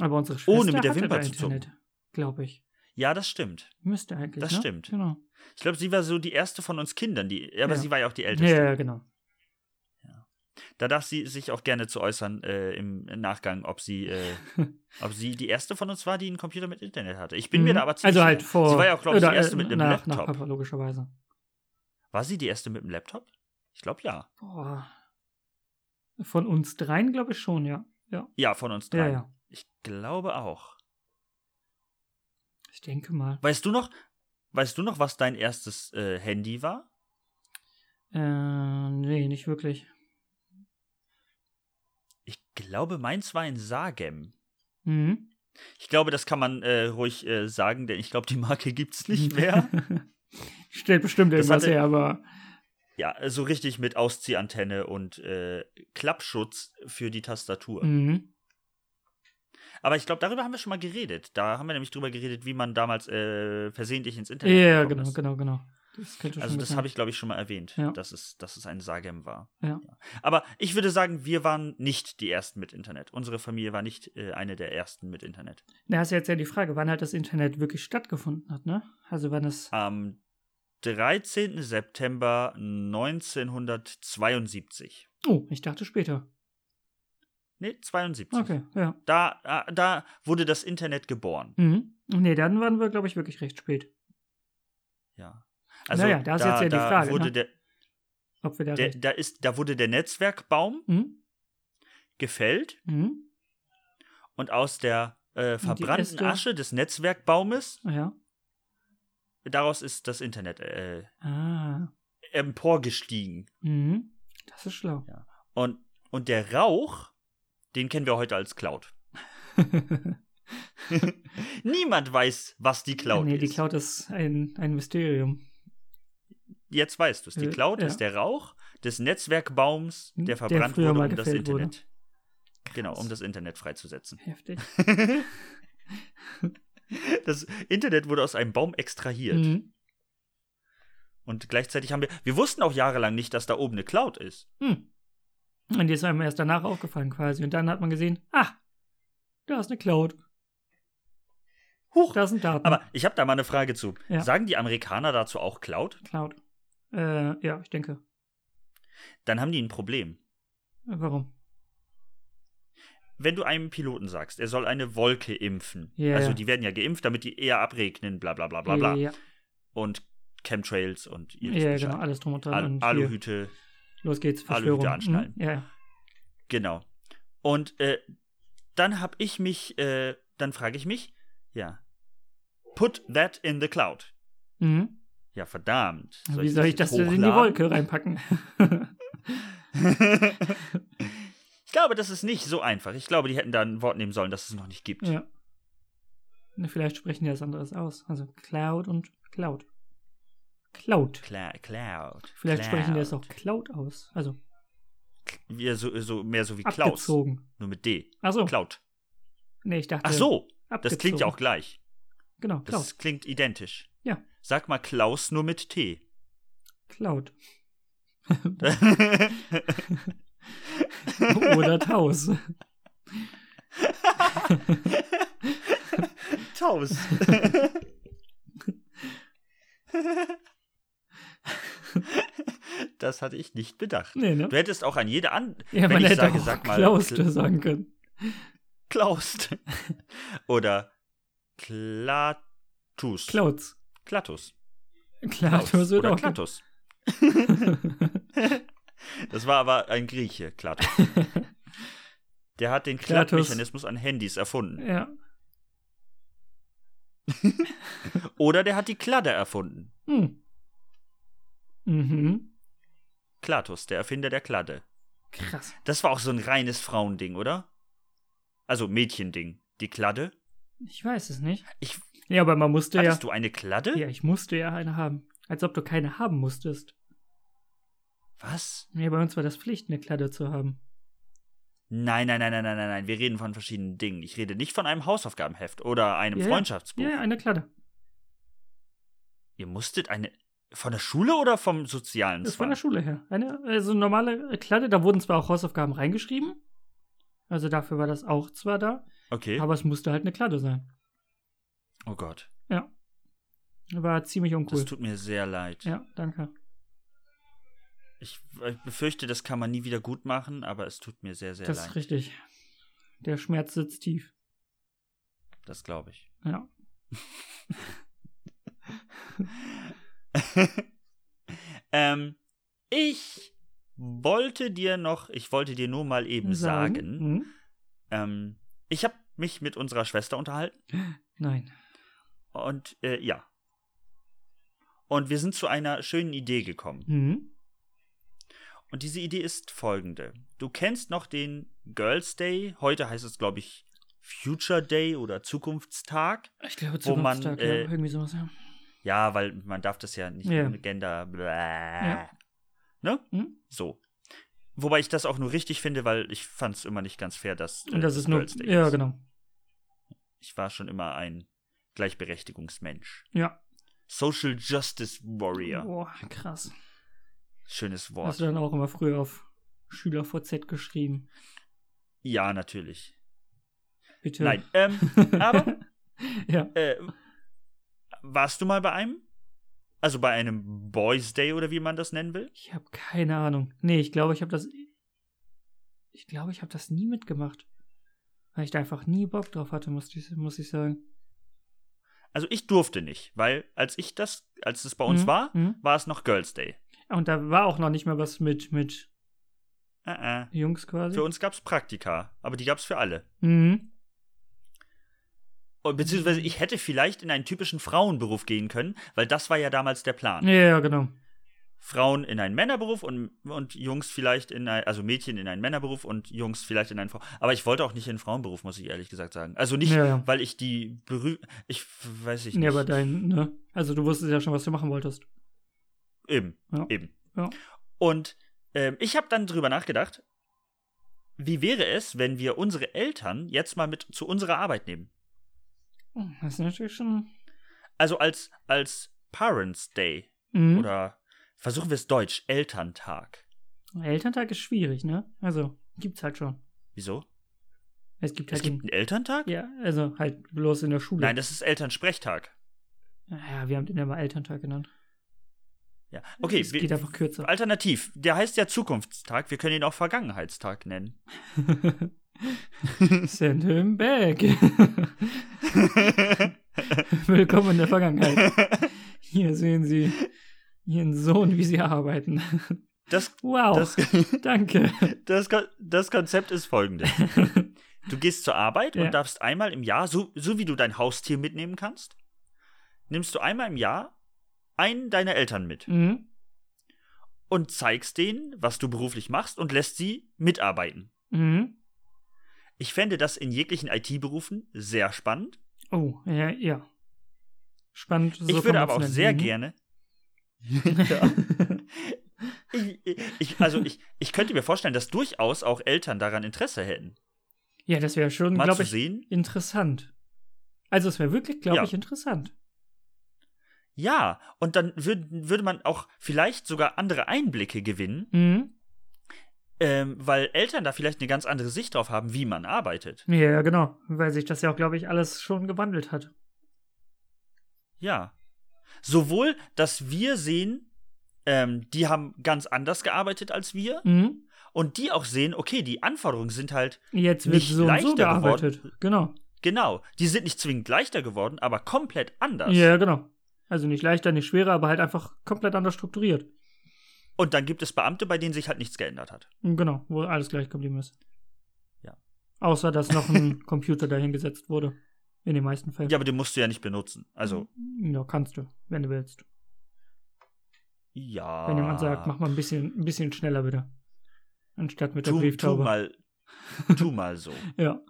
Aber unsere Schwester
Ohne mit der
hatte
Wimper
da
zu zucken.
Internet, glaube ich.
Ja, das stimmt.
Müsste eigentlich.
Das
ne?
stimmt.
Genau.
Ich glaube, sie war so die erste von uns Kindern, die, aber
Ja.
sie war ja auch die
Ja,
älteste.
ja, genau.
Da darf sie sich auch gerne zu äußern äh, im Nachgang, ob sie, äh, ob sie die erste von uns war, die einen Computer mit Internet hatte. Ich bin mir
Mhm.
da aber ziemlich
Also
sicher.
halt vor.
Sie war ja auch, glaube ich, die
oder, äh,
erste mit einem
nach, Nach
Laptop.
Papa, logischerweise.
War sie die erste mit dem Laptop? Ich glaube ja.
Boah. Von uns dreien, glaube ich schon, ja.
Ja, von uns
Ja,
drei.
ja.
Ich glaube auch.
Ich denke mal.
Weißt du noch, weißt du noch, was dein erstes äh, Handy war?
Äh, nee, nicht wirklich.
Ich glaube, meins war ein Sagem.
Mhm.
Ich glaube, das kann man äh, ruhig äh, sagen, denn ich glaube, die Marke gibt's nicht
Mhm.
mehr.
Stellt bestimmt
Das
irgendwas
hatte-
her, aber.
ja, äh, so richtig mit Ausziehantenne und äh, Klappschutz für die Tastatur.
Mhm.
Aber ich glaube, darüber haben wir schon mal geredet. Da haben wir nämlich drüber geredet, wie man damals äh, versehentlich ins Internet
Ja,
gekommen
genau,
ist.
genau, genau. Das könnte schon
Also
ein
das
bisschen-
habe ich, glaube ich, schon mal erwähnt,
Ja.
dass, es, dass es ein Sagem war.
Ja.
Aber ich würde sagen, wir waren nicht die Ersten mit Internet. Unsere Familie war nicht äh, eine der Ersten mit Internet.
Na, ist jetzt ja die Frage, wann halt das Internet wirklich stattgefunden hat, ne? Also wann es.
Am 13. September 1972.
Oh, ich dachte später.
Nee, 72.
Okay, ja.
Da, ah, da wurde das Internet geboren.
Mhm. Nee, dann waren wir, glaube ich, wirklich recht spät.
Ja. Also
Naja, da ist jetzt ja die
da
Frage,
Wurde
ne?
der,
Ob wir da
der,
recht.
da, ist, da wurde der Netzwerkbaum
Mhm.
gefällt
Mhm.
und aus der äh, verbrannten
Äste.
Asche des Netzwerkbaumes,
Ah, Ja.
daraus ist das Internet äh,
Ah.
emporgestiegen.
Mhm. Das ist schlau.
Und, und der Rauch, den kennen wir heute als Cloud. Niemand weiß, was die Cloud
nee,
ist.
die Cloud ist ein, ein Mysterium.
Jetzt weißt du es. Die
Äh,
Cloud
ja.
ist der Rauch des Netzwerkbaums,
Hm,
der
der
verbrannt
früher
wurde,
mal
um das
gefällt wurde.
Internet. Genau, um das Internet freizusetzen.
Heftig.
Das Internet wurde aus einem Baum extrahiert.
Mhm.
Und gleichzeitig haben wir. Wir wussten auch jahrelang nicht, dass da oben eine Cloud ist.
Mhm. Und die ist einem erst danach aufgefallen quasi. Und dann hat man gesehen, ah, da ist eine Cloud.
Huch!
Da sind Daten.
Aber ich habe da mal eine Frage zu.
Ja.
Sagen die Amerikaner dazu auch Cloud?
Cloud. Äh, ja, ich denke.
Dann haben die ein Problem.
Äh, Warum?
Wenn du einem Piloten sagst, er soll eine Wolke impfen,
Ja,
also
ja.
die werden ja geimpft, damit die eher abregnen, bla bla bla bla bla.
Ja,
Und Chemtrails und ihr wisst
ja
Bescheid.
genau, alles drum und dran.
Al
und hier,
Aluhüte,
los geht's,
Aluhüte
Verschwörung. Mhm.
anschneiden.
Ja, ja.
genau. Und äh, dann habe ich mich, äh, dann frage ich mich, Ja. Put that in the cloud.
Mhm.
Ja, verdammt.
Wie soll ich das denn in die
hochladen?
Wolke reinpacken?
ich glaube, das ist nicht so einfach. Ich glaube, die hätten da ein Wort nehmen sollen, das es noch nicht gibt.
ja. Na, Vielleicht sprechen die das anderes aus. Also Cloud und Cloud. Cloud.
Cla Cloud.
Vielleicht
Cloud.
sprechen die das auch Cloud aus. Also
Wir so, so, mehr so wie Klaus.
abgezogen.
Nur mit D.
Achso.
Cloud.
Nee, ich dachte.
Ach so,
abgezogen.
das klingt ja auch gleich.
Genau,
Das
Cloud.
klingt identisch.
Ja.
Sag mal Klaus nur mit T.
Cloud. Oder Taus.
Taus. das hatte ich nicht bedacht.
Nee, ne?
Du hättest auch an jede an
Ja,
wenn
man
ich
hätte
sage,
auch
sag mal,
Klauste sagen können.
Klaust oder Klatus.
Clouds.
Klatus.
Klaus
Klaus
wird
oder
auch.
Klatus. Das war aber ein Grieche, Klatus. Der hat den
Klatus.
Klattmechanismus an Handys erfunden.
ja.
Oder der hat die Kladde erfunden.
Hm. Mhm.
Klatus, der Erfinder der Kladde.
Krass.
Das war auch so ein reines Frauending, oder? Also Mädchending. Die Kladde?
Ich weiß es nicht.
Ich,
Ja, aber man musste ja.
hattest du eine Kladde?
Ja, ich musste ja eine haben. Als ob du keine haben musstest.
Was?
Ja, bei uns war das Pflicht, eine Kladde zu haben.
Nein, nein, nein, nein, nein, nein, nein. Wir reden von verschiedenen Dingen. Ich rede nicht von einem Hausaufgabenheft oder einem
Ja, ja.
Freundschaftsbuch.
Ja, ja, eine Kladde.
Ihr musstet eine. Von der Schule oder vom sozialen
Das war
Zwang?
in der Schule her. Eine also normale Kladde, da wurden zwar auch Hausaufgaben reingeschrieben. Also dafür war das auch zwar da,
Okay.
aber es musste halt eine Kladde sein.
Oh Gott.
War ziemlich
Das
uncool.
tut mir sehr leid.
Ja, danke.
Ich, ich befürchte, das kann man nie wieder gut machen, aber es tut mir sehr, sehr
das ist
leid.
richtig. Der Schmerz sitzt tief.
Das glaube ich.
Ja.
ähm, ich wollte dir noch, ich wollte dir nur mal eben sagen,
Mhm.
ähm, ich habe mich mit unserer Schwester unterhalten
Nein.
und äh, ja. Und wir sind zu einer schönen Idee gekommen.
Mhm.
Und diese Idee ist folgende. Du kennst noch den Girls Day, heute heißt es, glaube ich, Future Day oder Zukunftstag.
Ich glaube,
Wo man,
Zukunftstag,
äh,
ja, irgendwie sowas, ja.
Ja, weil man darf das ja nicht
Ja.
mit Gender. Bläh,
Ja.
Ne?
Mhm.
So. Wobei ich das auch nur richtig finde, weil ich fand es immer nicht ganz fair, dass äh,
Und das
das
ist nur.
Girls Day
Ja,
ist.
genau.
Ich war schon immer ein Gleichberechtigungsmensch.
Ja.
Social Justice Warrior.
Boah, krass.
Schönes
Hast
Wort.
du dann auch immer früher auf SchülerVZ geschrieben?
Ja, natürlich.
Bitte.
Nein. Ähm, aber-
ja.
äh, warst du mal bei einem? Also bei einem Boys Day oder wie man das nennen will?
Ich habe keine Ahnung. Nee, ich glaube, ich habe das. Ich glaube, ich habe das nie mitgemacht. Weil ich da einfach nie Bock drauf hatte, muss ich, muss ich sagen.
Also ich durfte nicht, weil als ich das, als es bei uns
Mhm.
war,
Mhm.
war es noch Girls Day.
Und da war auch noch nicht mal was mit, mit
Äh, äh.
Jungs quasi.
Für uns gab es Praktika, aber die gab es für alle.
Mhm.
Und beziehungsweise ich hätte vielleicht in einen typischen Frauenberuf gehen können, weil das war ja damals der Plan.
Ja, ja, genau.
Frauen in einen Männerberuf und, und Jungs vielleicht in ein, also Mädchen in einen Männerberuf und Jungs vielleicht in einen Frau. Aber ich wollte auch nicht in einen Frauenberuf, muss ich ehrlich gesagt sagen. Also nicht,
Ja, ja.
weil ich die berüh ich weiß ich nicht.
Nee, aber dein, ne? Also du wusstest ja schon, was du machen wolltest.
Eben,
Ja.
eben.
Ja.
Und ähm, ich habe dann drüber nachgedacht, wie wäre es, wenn wir unsere Eltern jetzt mal mit zu unserer Arbeit nehmen?
Hm, Das ist natürlich schon.
Also als, als Parents Day
Mhm.
oder versuchen wir es deutsch, Elterntag.
Elterntag ist schwierig, ne? Also, gibt's halt schon.
Wieso?
Es gibt
Es
halt.
gibt einen Elterntag?
den, ja, also halt bloß in der Schule. Ah
Nein, das ist Elternsprechtag.
ja, wir haben den ja mal Elterntag genannt.
Ja. Okay,
Es geht
wir,
einfach kürzer.
alternativ. Der heißt ja Zukunftstag. Wir können ihn auch Vergangenheitstag nennen.
Send him back. Willkommen in der Vergangenheit. Hier sehen Sie Ihren Sohn, wie Sie arbeiten.
Das,
Wow,
das,
danke.
das, Kon- das Konzept ist folgendes. Du gehst zur Arbeit
Ja.
und darfst einmal im Jahr, so, so wie du dein Haustier mitnehmen kannst, nimmst du einmal im Jahr einen deiner Eltern mit
Mhm.
und zeigst denen, was du beruflich machst und lässt sie mitarbeiten.
Mhm.
Ich fände das in jeglichen IT-Berufen sehr spannend.
Oh, ja, ja. Spannend. So
ich
kann
würde
man's
aber auch
nennen.
sehr
Mhm.
gerne. ja. ich, ich, also ich, ich könnte mir vorstellen, dass durchaus auch Eltern daran Interesse hätten.
Ja, das wäre schon,
Mal
glaube
zu
Hm, ich,
sehen,
interessant. Also es wäre wirklich, glaube
Ja.
ich, interessant.
Ja, und dann würd, würde man auch vielleicht sogar andere Einblicke gewinnen,
Mhm.
ähm, weil Eltern da vielleicht eine ganz andere Sicht drauf haben, wie man arbeitet.
Ja, ja, genau. Weil sich das ja auch, glaube ich, alles schon gewandelt hat.
Ja. Sowohl, dass wir sehen, ähm, die haben ganz anders gearbeitet als wir
Mhm.
und die auch sehen, okay, die Anforderungen sind halt,
Jetzt wird
Nicht
so und so
leichter
gearbeitet. Genau.
genau, die sind nicht zwingend leichter geworden, aber komplett anders.
Ja, genau. Also nicht leichter, nicht schwerer, aber halt einfach komplett anders strukturiert.
Und dann gibt es Beamte, bei denen sich halt nichts geändert hat.
Genau, wo alles gleich geblieben ist.
Ja.
Außer, dass noch ein Computer dahingesetzt wurde. In den meisten Fällen.
Ja, aber den musst du ja nicht benutzen.
Mhm.
Also,
Ja, kannst du, wenn du willst.
ja.
Wenn jemand sagt,
Ah.
mach mal ein bisschen, ein bisschen schneller bitte. Anstatt mit der
tu, tu
Brieftaube.
mal, tu mal so.
Ja.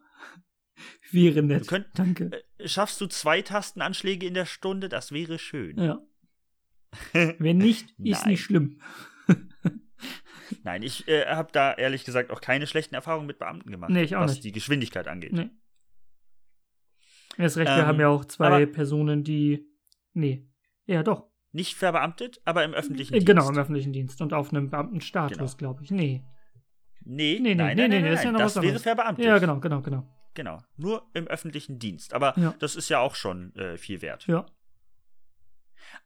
Wäre nett.
Du könnt-
Danke.
Äh, Schaffst du zwei Tastenanschläge in der Stunde? Das wäre schön.
Ja. Wenn nicht, ist
Nein.
nicht schlimm.
Nein, ich äh, habe da ehrlich gesagt auch keine schlechten Erfahrungen mit Beamten gemacht,
Nee, ich auch
was
nicht.
die Geschwindigkeit angeht.
Nee. Erst recht, wir
Ähm,
haben ja auch zwei
aber-
Personen, die. Nee. Ja, doch.
Nicht verbeamtet, aber im öffentlichen
Äh,
Dienst.
Genau, im öffentlichen Dienst und auf einem Beamtenstatus,
Genau.
glaube ich. Nee.
Nee, nein,
Nee, nee, nee,
nein,
nee,
nein, nein,
das ist ja noch
das
was
wäre
anderes.
verbeamtet.
Ja, genau, genau, genau.
Genau, nur im öffentlichen Dienst. Aber
Ja.
das ist ja auch schon äh, viel wert.
Ja.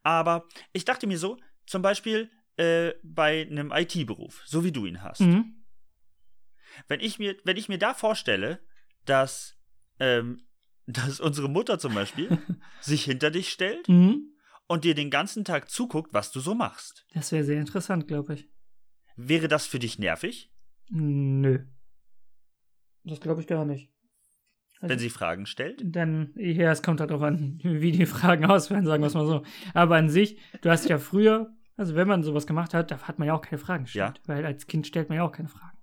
Aber ich dachte mir so, zum Beispiel äh, bei einem IT-Beruf, so wie du ihn hast.
Mhm.
wenn ich mir, wenn ich mir da vorstelle, dass, ähm, dass unsere Mutter zum Beispiel sich hinter dich stellt
Mhm.
und dir den ganzen Tag zuguckt, was du so machst,
Das wäre sehr interessant, glaube ich.
wäre das für dich nervig,
Nö. Das glaube ich gar nicht.
wenn
Also
sie Fragen stellt?
Dann, ja, es kommt halt darauf an, wie die Fragen ausfallen, sagen wir es mal so. Aber an sich, du hast ja früher, also wenn man sowas gemacht hat, da hat man ja auch keine Fragen gestellt. Weil als Kind stellt man ja auch keine Fragen.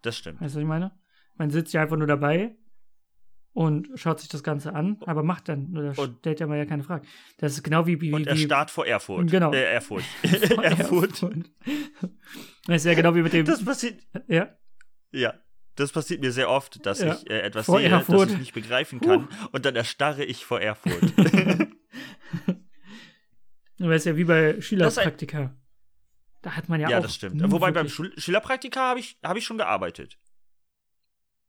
Das stimmt.
Weißt du, was ich meine? Man sitzt ja einfach nur dabei und schaut sich das Ganze an, aber macht dann, oder
Und-
stellt ja mal ja keine Fragen. Das ist genau wie, wie,
Und er
wie,
starrt vor Ehrfurt.
Genau.
Äh, Erfurt.
Vor
Erfurt.
Erfurt. Das ist ja genau wie mit dem.
Das passiert.
ja,
Ja. Das passiert mir sehr oft, dass
Ja.
ich äh, etwas
Vor
sehe,
Erfurt.
das ich nicht begreifen kann. Und dann erstarre ich vor Erfurt.
das ist ja wie bei
Das ist ein-
Schülerpraktika. Da hat man ja,
ja,
auch.
das stimmt.
nie
Wobei beim
wirklich-
Schul Schülerpraktika habe ich, hab ich schon gearbeitet.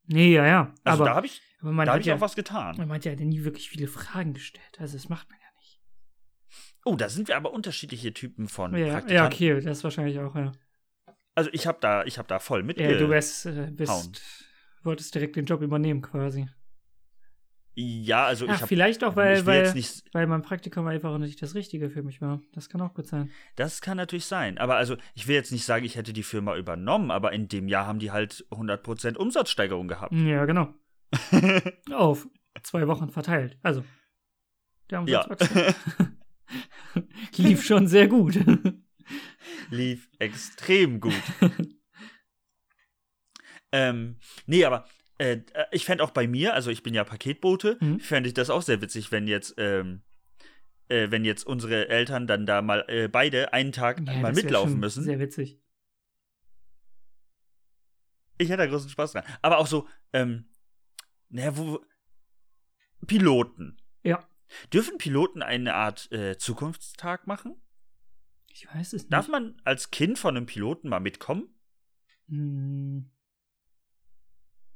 Nee, ja, ja.
Also
aber,
da habe ich,
aber man,
da hab
hat
ich
ja,
auch was getan.
man hat ja nie wirklich viele Fragen gestellt. Also, das macht man ja nicht.
Oh, da sind wir aber unterschiedliche Typen von
Ja, ja,
Praktikanten.
okay, das wahrscheinlich auch, ja.
Also ich habe da, ich habe da voll mitge.
ja du wärst, äh,
hauen.
bist, wolltest direkt den Job übernehmen, quasi.
ja, also ich
Ach,
habe,
Ah, vielleicht auch, weil,
ich will
weil,
jetzt nicht,
weil mein Praktikum einfach auch nicht das Richtige für mich war. Das kann auch gut sein.
das kann natürlich sein. Aber also ich will jetzt nicht sagen, ich hätte die Firma übernommen, aber in dem Jahr haben die halt 100% Umsatzsteigerung gehabt.
Ja, genau. Auf zwei Wochen verteilt. Also, der
ja,
Umsatzwachstum lief schon sehr gut.
lief extrem gut. ähm, nee, aber äh, ich fände auch bei mir, also ich bin ja Paketbote,
Mhm.
fände ich das auch sehr witzig, wenn jetzt ähm, äh, wenn jetzt unsere Eltern dann da mal äh, beide einen Tag
Ja,
mal
das wär
mitlaufen
schon
müssen.
Sehr witzig.
Ich hätte da großen Spaß dran. Aber auch so, ähm, naja, wo. Piloten.
Ja.
Dürfen Piloten eine Art äh, Zukunftstag machen?
Ich weiß es nicht.
Darf man als Kind von einem Piloten mal mitkommen?
Hm.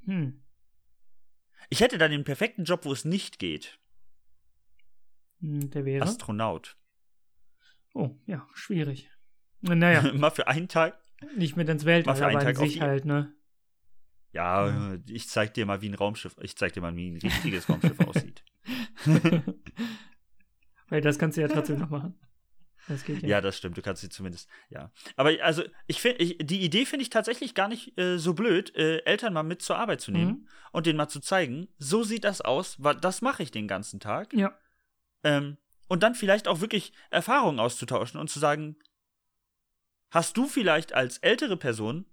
Hm.
Ich hätte dann den perfekten Job, wo es nicht geht.
Hm, Der wäre.
Astronaut.
Oh, ja, schwierig. Naja,
mal für einen Tag.
nicht mit ins
Mal
Weltall,
für einen
aber an
Tag auf
sich
die-
halt, ne?
Ja, äh, ich zeig dir mal, wie ein Raumschiff. Ich zeig dir mal, wie ein richtiges Raumschiff aussieht.
Weil das kannst du ja trotzdem noch machen. Das geht ja.
Ja, das stimmt. Du kannst sie zumindest. Ja. Aber also, ich finde, die Idee finde ich tatsächlich gar nicht äh, so blöd, äh, Eltern mal mit zur Arbeit zu
Mhm.
nehmen und denen mal zu zeigen, so sieht das aus, wa- das mache ich den ganzen Tag.
Ja.
Ähm, und dann vielleicht auch wirklich Erfahrungen auszutauschen und zu sagen, hast du vielleicht als ältere Person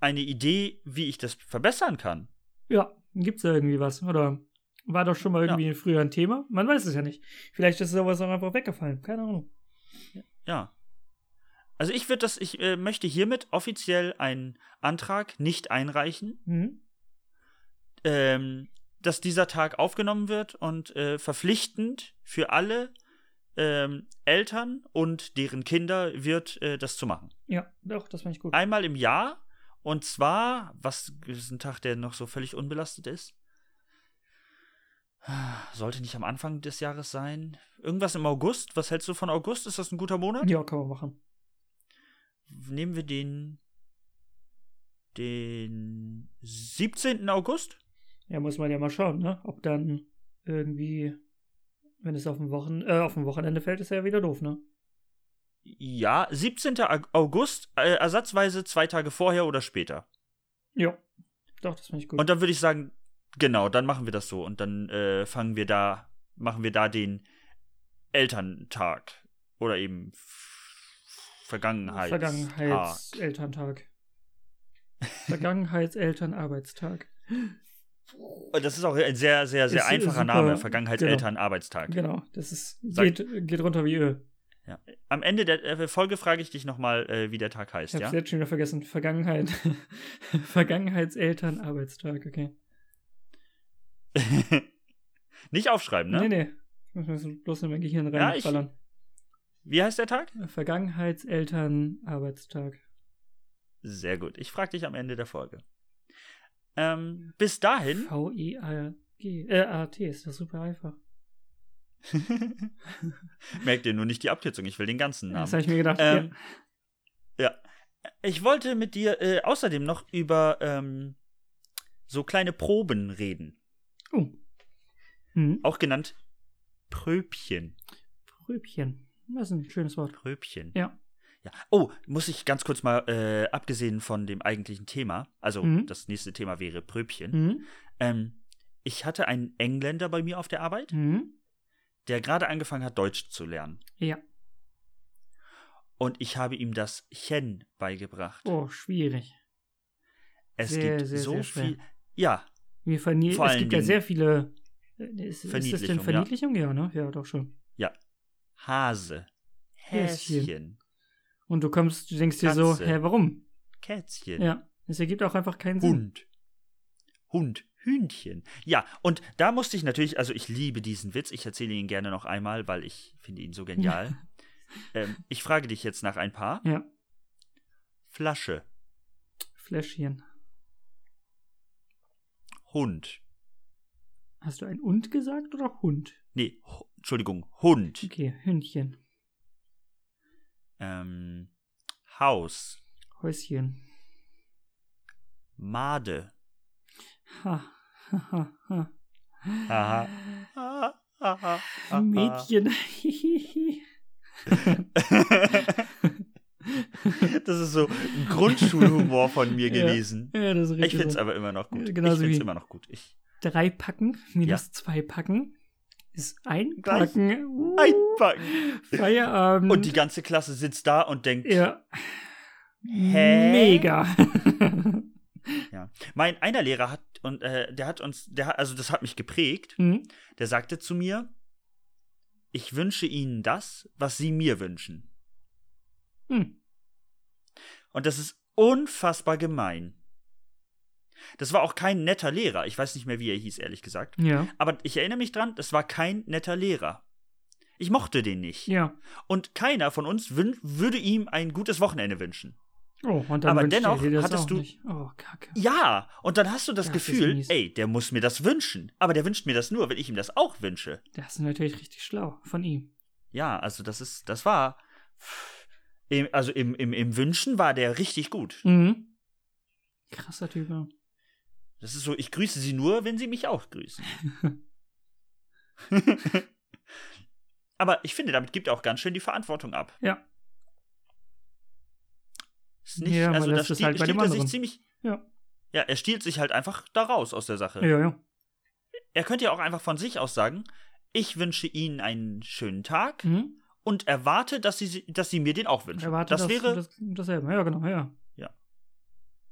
eine Idee, wie ich das verbessern kann?
Ja, gibt's da irgendwie was? Oder war doch schon mal irgendwie früher ein Thema? Man weiß es ja nicht. Vielleicht ist sowas auch einfach weggefallen. Keine Ahnung.
Ja. Also ich würde das, ich äh, möchte hiermit offiziell einen Antrag nicht einreichen,
Mhm.
ähm, dass dieser Tag aufgenommen wird und äh, verpflichtend für alle ähm, Eltern und deren Kinder wird, äh, das zu machen.
Ja, doch, das fand ich gut.
Einmal im Jahr und zwar, was ist ein Tag, der noch so völlig unbelastet ist? Sollte nicht am Anfang des Jahres sein. Irgendwas im August. Was hältst du von August? Ist das ein guter Monat?
Ja, kann man machen.
Nehmen wir den. den 17. August?
Ja, muss man ja mal schauen, ne? Ob dann irgendwie, wenn es auf dem, Wochen, äh, auf dem Wochenende fällt, ist ja wieder doof, ne?
Ja, 17. Ag- August, äh, ersatzweise zwei Tage vorher oder später.
Ja. Doch, das fand ich gut.
Und dann würde ich sagen, genau, dann machen wir das so und dann äh, fangen wir da, machen wir da den Elterntag oder eben F- Vergangenheits. Tag.
Vergangenheitselterntag. Vergangenheitselternarbeitstag.
Und Ah, das ist auch ein sehr, sehr, sehr
Ist- ist
einfacher
super.
Name,
Genau.
Vergangenheitselternarbeitstag.
Genau, das ist
Sag-
geht, geht runter wie Öl.
Am Ende der äh, Folge frage ich dich nochmal, äh, wie der Tag heißt,
Ich hab's
ja?
jetzt schon wieder vergessen. Vergangenheit. Vergangenheitselternarbeitstag, okay.
Nicht aufschreiben, ne?
Nee, nee. Ich muss mir das bloß in mein Gehirn
Ja, ich-
reinballern.
Wie heißt der Tag?
Vergangenheitselternarbeitstag.
Sehr gut. Ich frage dich am Ende der Folge. Ähm, bis dahin.
V-E-A-G. E Äh, A-T ist das super einfach.
Merkt ihr nur nicht die Abkürzung, ich will den ganzen
Das
Namen.
habe ich mir gedacht.
Ähm, ja. Ich wollte mit dir äh, außerdem noch über ähm, so kleine Proben reden.
ja. Oh. Hm.
Auch genannt Pröbchen.
Pröbchen. Das ist ein schönes Wort.
Pröbchen.
Ja.
Ja. Oh, muss ich ganz kurz mal, äh, abgesehen von dem eigentlichen Thema, also
Mhm.
das nächste Thema wäre Pröbchen.
Hm?
Ähm, ich hatte einen Engländer bei mir auf der Arbeit,
Hm?
der gerade angefangen hat, Deutsch zu lernen.
Ja.
Und ich habe ihm das Chen beigebracht.
Oh, schwierig.
es
sehr,
gibt
sehr,
so
sehr schwer.
viel. Ja,
Wir vernie
Vor
es
allen
gibt ja
Dingen-
sehr viele. äh, Ist, ist das
Verniedlichung,
denn
ja.
Verniedlichung? Ja. ne? Ja, doch schon.
Hase,
Häschen.
Häschen,
Und du kommst, du denkst dir so,
Katze.
hä, warum?
Kätzchen,
Ja. Es ergibt auch einfach keinen Sinn.
Hund, Hund, Hühnchen. Ja, und da musste ich natürlich, also ich liebe diesen Witz, ich erzähle ihn gerne noch einmal, weil ich finde ihn so genial. ähm, ich frage dich jetzt nach ein paar.
Ja.
Flasche,
Fläschchen.
Hund.
Hast du ein Und gesagt oder Hund?
Nee, H- Entschuldigung, Hund.
Okay, Hündchen.
Ähm, Haus,
Häuschen.
Made.
Ha. Ha, ha, ha.
Aha. Ah, ah, ah, ah.
Mädchen.
das ist so ein Grundschulhumor von mir
Ja.
gewesen.
ja, das ist richtig.
Ich finde es
so.
aber immer noch gut.
Genauso
ich finde es
wie-
immer noch gut. Ich,
Drei Packen minus zwei Packen ist ein
Gleich.
Packen. Uh,
einpacken.
Feierabend.
Und die ganze Klasse sitzt da und denkt,
Mhm. ja.
Hä?
Mega.
mein einer Lehrer hat und äh, der hat uns, der hat, also das hat mich geprägt.
Hm?
Der sagte zu mir, ich wünsche Ihnen das, was Sie mir wünschen.
Hm.
Und das ist unfassbar gemein. Das war auch kein netter Lehrer. Ich weiß nicht mehr, wie er hieß, ehrlich gesagt.
Ja.
Aber ich erinnere mich dran, das war kein netter Lehrer. Ich mochte den nicht.
Ja.
Und keiner von uns wün- würde ihm ein gutes Wochenende wünschen.
Oh, und dann
Aber
wünscht er
dennoch
dir das
hattest
auch
du-
Nicht. Oh, Kacke.
Ja, und dann hast du das
Das ist
Gefühl,
mies.
ey, der muss mir das wünschen. Aber der wünscht mir das nur, wenn ich ihm das auch wünsche.
Das ist natürlich richtig schlau von ihm.
Ja, also das ist, das war. pff, Im, also im, im, im Wünschen war der richtig gut.
Mhm. Krasser Typ. ja.
Das ist so, ich grüße sie nur, wenn sie mich auch grüßen. Aber ich finde, damit gibt er auch ganz schön die Verantwortung ab.
Ja.
Ist nicht,
Ja, man
also da
lässt es
stiehlt,
halt bei dem
stiehlt er sich
anderen.
ziemlich.
Ja.
Ja, er stiehlt sich halt einfach da raus aus der Sache.
Ja, ja.
Er könnte ja auch einfach von sich aus sagen, ich wünsche Ihnen einen schönen Tag
Mhm.
und erwarte, dass Sie, dass Sie mir den auch wünschen.
Erwartet
das, wäre
das, dasselbe. Ja, genau, ja.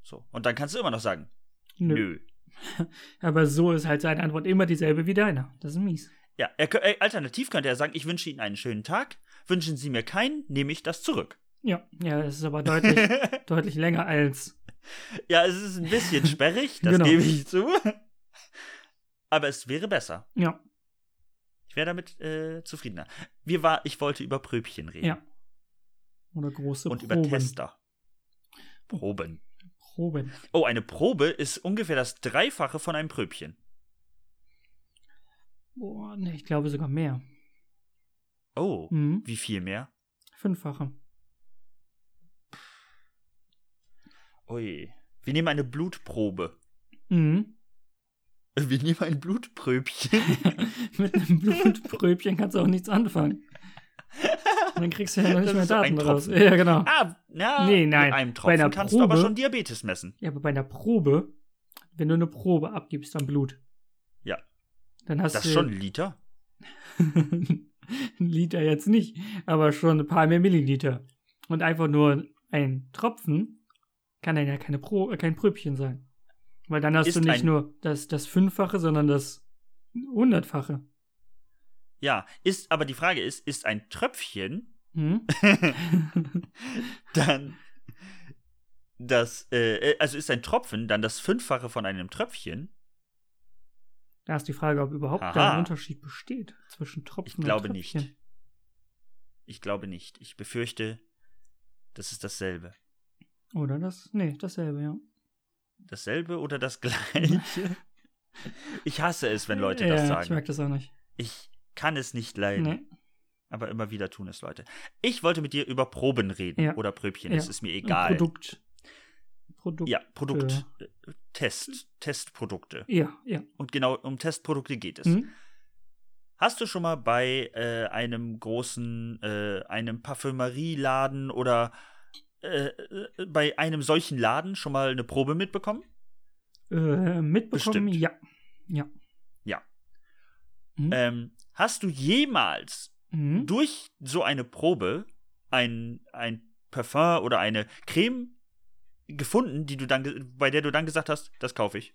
so. Und dann kannst du immer noch sagen,
Nö.
nö.
Aber so ist halt seine Antwort immer dieselbe wie deine. Das ist mies.
Ja, er, kö- äh, alternativ könnte er sagen, ich wünsche Ihnen einen schönen Tag, wünschen Sie mir keinen, nehme ich das zurück.
Ja, ja, es ist aber deutlich, deutlich länger als.
ja, es ist ein bisschen sperrig, das
Genau.
gebe ich zu. Aber es wäre besser.
Ja,
Ich wäre damit äh, zufriedener. Wir war, ich wollte über Pröbchen reden
Ja, oder große
und
Proben.
über Tester. Proben.
Proben.
Oh, eine Probe ist ungefähr das Dreifache von einem Pröbchen.
Boah, nee, ich glaube sogar mehr.
Oh,
Mhm.
wie viel mehr?
Fünffache.
Ui. Wir nehmen eine Blutprobe. Äh,
Mhm.
Wir nehmen ein Blutpröbchen.
Mit einem Blutpröbchen kannst du auch nichts anfangen. Und dann kriegst du ja noch nicht
Das
mehr
ist so ein
Daten raus.
Tropfen.
Ja, genau.
Ah, na,
Nee, nein,
mit einem
bei einer
Tropfen kannst du aber
Probe-
schon Diabetes messen.
Ja, aber bei einer Probe, wenn du eine Probe abgibst am Blut.
Ja.
Dann hast
Das
du
ist schon ein Liter?
ein Liter jetzt nicht, aber schon ein paar mehr Milliliter. Und einfach nur ein Tropfen kann dann ja keine Pro, äh, kein Pröbchen sein. Weil dann hast
Ist
du nicht
ein-
nur das, das Fünffache, sondern das Hundertfache.
Ja, ist, aber die Frage ist, ist ein Tröpfchen
Hm?
dann das, äh, äh, also ist ein Tropfen dann das Fünffache von einem Tröpfchen?
Da ist die Frage, ob überhaupt da
Aha.
ein Unterschied besteht zwischen Tropfen
Ich glaube
und
nicht.
Tröpfchen.
Ich glaube nicht. Ich befürchte, das ist dasselbe.
Oder das? Nee, dasselbe, ja.
Dasselbe oder das gleiche? Ich hasse es, wenn Leute das
ja, Ich
sagen. Äh,
mag das auch nicht.
Ich kann es nicht leiden.
Nee.
Aber immer wieder tun es Leute. Ich wollte mit dir über Proben reden
Ja.
oder Pröbchen.
Ja.
Es ist mir egal.
Produkt. Produkt.
Ja, Produkt. äh, Test. Testprodukte.
Ja, ja.
Und genau um Testprodukte geht es.
Hm?
Hast du schon mal bei äh, einem großen, äh, einem Parfümerieladen oder äh, äh, bei einem solchen Laden schon mal eine Probe mitbekommen?
Äh, mitbekommen,
Bestimmt.
ja. Hm?
Ähm, hast du jemals
Mhm.
durch so eine Probe ein, ein Parfum oder eine Creme gefunden, die du dann, ge- bei der du dann gesagt hast, das kaufe ich?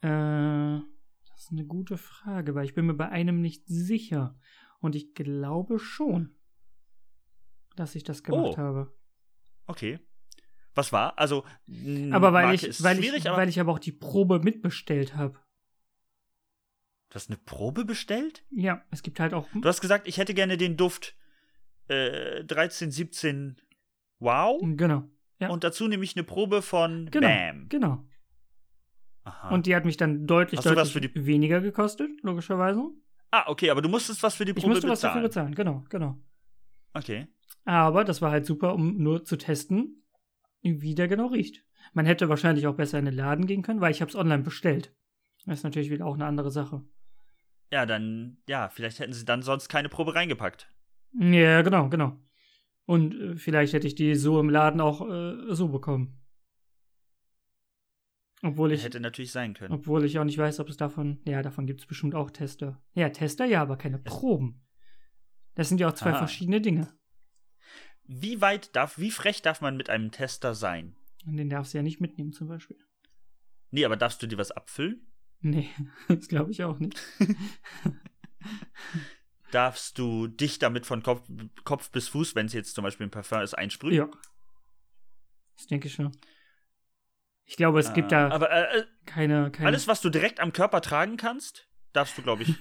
Äh, das ist eine gute Frage, weil ich bin mir bei einem nicht sicher. Und ich glaube schon, dass ich das gemacht
Oh.
habe.
Okay. Was war? Also, m,
Aber weil
Marke
ich,
ist
weil,
schwierig,
ich,
aber
weil ich aber auch die Probe mitbestellt habe.
du hast eine Probe bestellt?
Ja, es gibt halt auch.
Du hast gesagt, ich hätte gerne den Duft äh, 13, 17 Wow.
Genau, ja.
Und dazu nehme ich eine Probe von
Genau.
Bam.
genau.
Aha.
Und die hat mich dann deutlich,
Ah. Hast du was
deutlich
für die-
weniger gekostet, logischerweise.
ah, okay, aber du musstest was für die
Ich
Probe
musste was dafür
bezahlen.
bezahlen, genau, genau.
okay.
Aber das war halt super, um nur zu testen, wie der genau riecht. Man hätte wahrscheinlich auch besser in den Laden gehen können, weil ich habe es online bestellt. Das ist natürlich wieder auch eine andere Sache.
Ja, dann, ja, vielleicht hätten sie dann sonst keine Probe reingepackt.
Ja, genau, genau. Und äh, vielleicht hätte ich die so im Laden auch äh, so bekommen. Obwohl ich,
hätte natürlich sein können.
obwohl ich auch nicht weiß, ob es davon, ja, davon gibt es bestimmt auch Tester. Ja, Tester ja, aber keine Proben. Das sind ja auch zwei
Aha.
verschiedene Dinge.
Wie weit darf, wie frech darf man mit einem Tester sein?
Und den darfst du ja nicht mitnehmen zum Beispiel.
Nee, aber darfst du dir was abfüllen?
Nee, das glaube ich auch nicht.
Darfst du dich damit von Kopf, Kopf bis Fuß, wenn es jetzt zum Beispiel ein Parfum ist, einsprühen?
Ja. Das denke ich schon. Ich glaube, es gibt
Ah,
da
Aber äh, äh,
keine, keine.
alles, was du direkt am Körper tragen kannst, darfst du, glaube ich.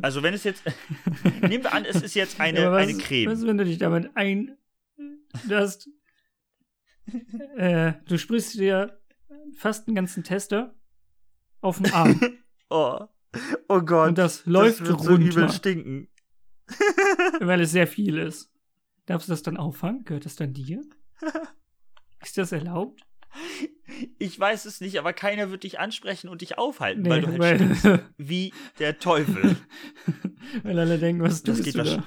also wenn es jetzt, nehmen wir an, es ist jetzt eine,
Ja, aber was,
eine Creme.
Was, ist, wenn du dich damit ein. Das, äh, du sprichst dir fast einen ganzen Tester auf den Arm.
Oh, oh Gott.
und das läuft
wird so
runter,
übel stinken.
weil es sehr viel ist. Darfst du das dann auffangen? Gehört das dann dir? Ist das erlaubt?
ich weiß es nicht, aber keiner wird dich ansprechen und dich aufhalten,
Nee,
weil du halt
weil-
stinkst wie der Teufel.
Weil alle denken, was
Das
tust
geht
du
wahrsch-
da?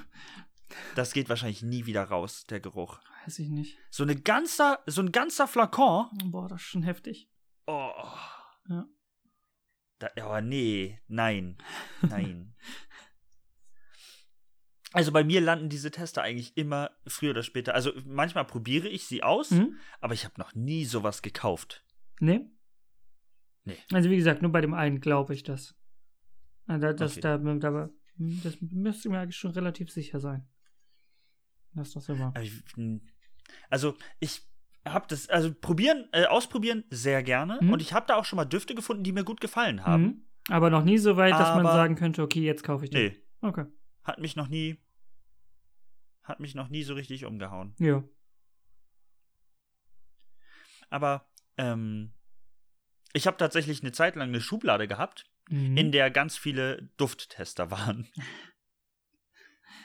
Das geht wahrscheinlich nie wieder raus, der Geruch.
Weiß ich nicht.
So, eine ganzer, so ein ganzer Flakon.
Boah, das ist schon heftig.
Oh.
Ja.
Da, oh, nee, nein, nein. also bei mir landen diese Tester eigentlich immer früher oder später. Also manchmal probiere ich sie aus,
Hm?
aber ich habe noch nie sowas gekauft.
Nee?
Nee.
Also wie gesagt, nur bei dem einen glaube ich das. Ah, Da, das,
Okay.
da, da, das müsste mir eigentlich schon relativ sicher sein. Das ist doch so wahr.
Aber ich- hm. Also ich habe das, also probieren, äh, ausprobieren sehr gerne.
Mhm.
Und ich habe da auch schon mal Düfte gefunden, die mir gut gefallen haben.
Mhm. Aber noch nie so weit, dass man
Aber-
sagen könnte, okay, jetzt kaufe ich den.
Nee,
Okay.
hat mich noch nie, hat mich noch nie so richtig umgehauen.
Ja.
Aber ähm, ich habe tatsächlich eine Zeit lang eine Schublade gehabt,
Mhm.
in der ganz viele Dufttester waren.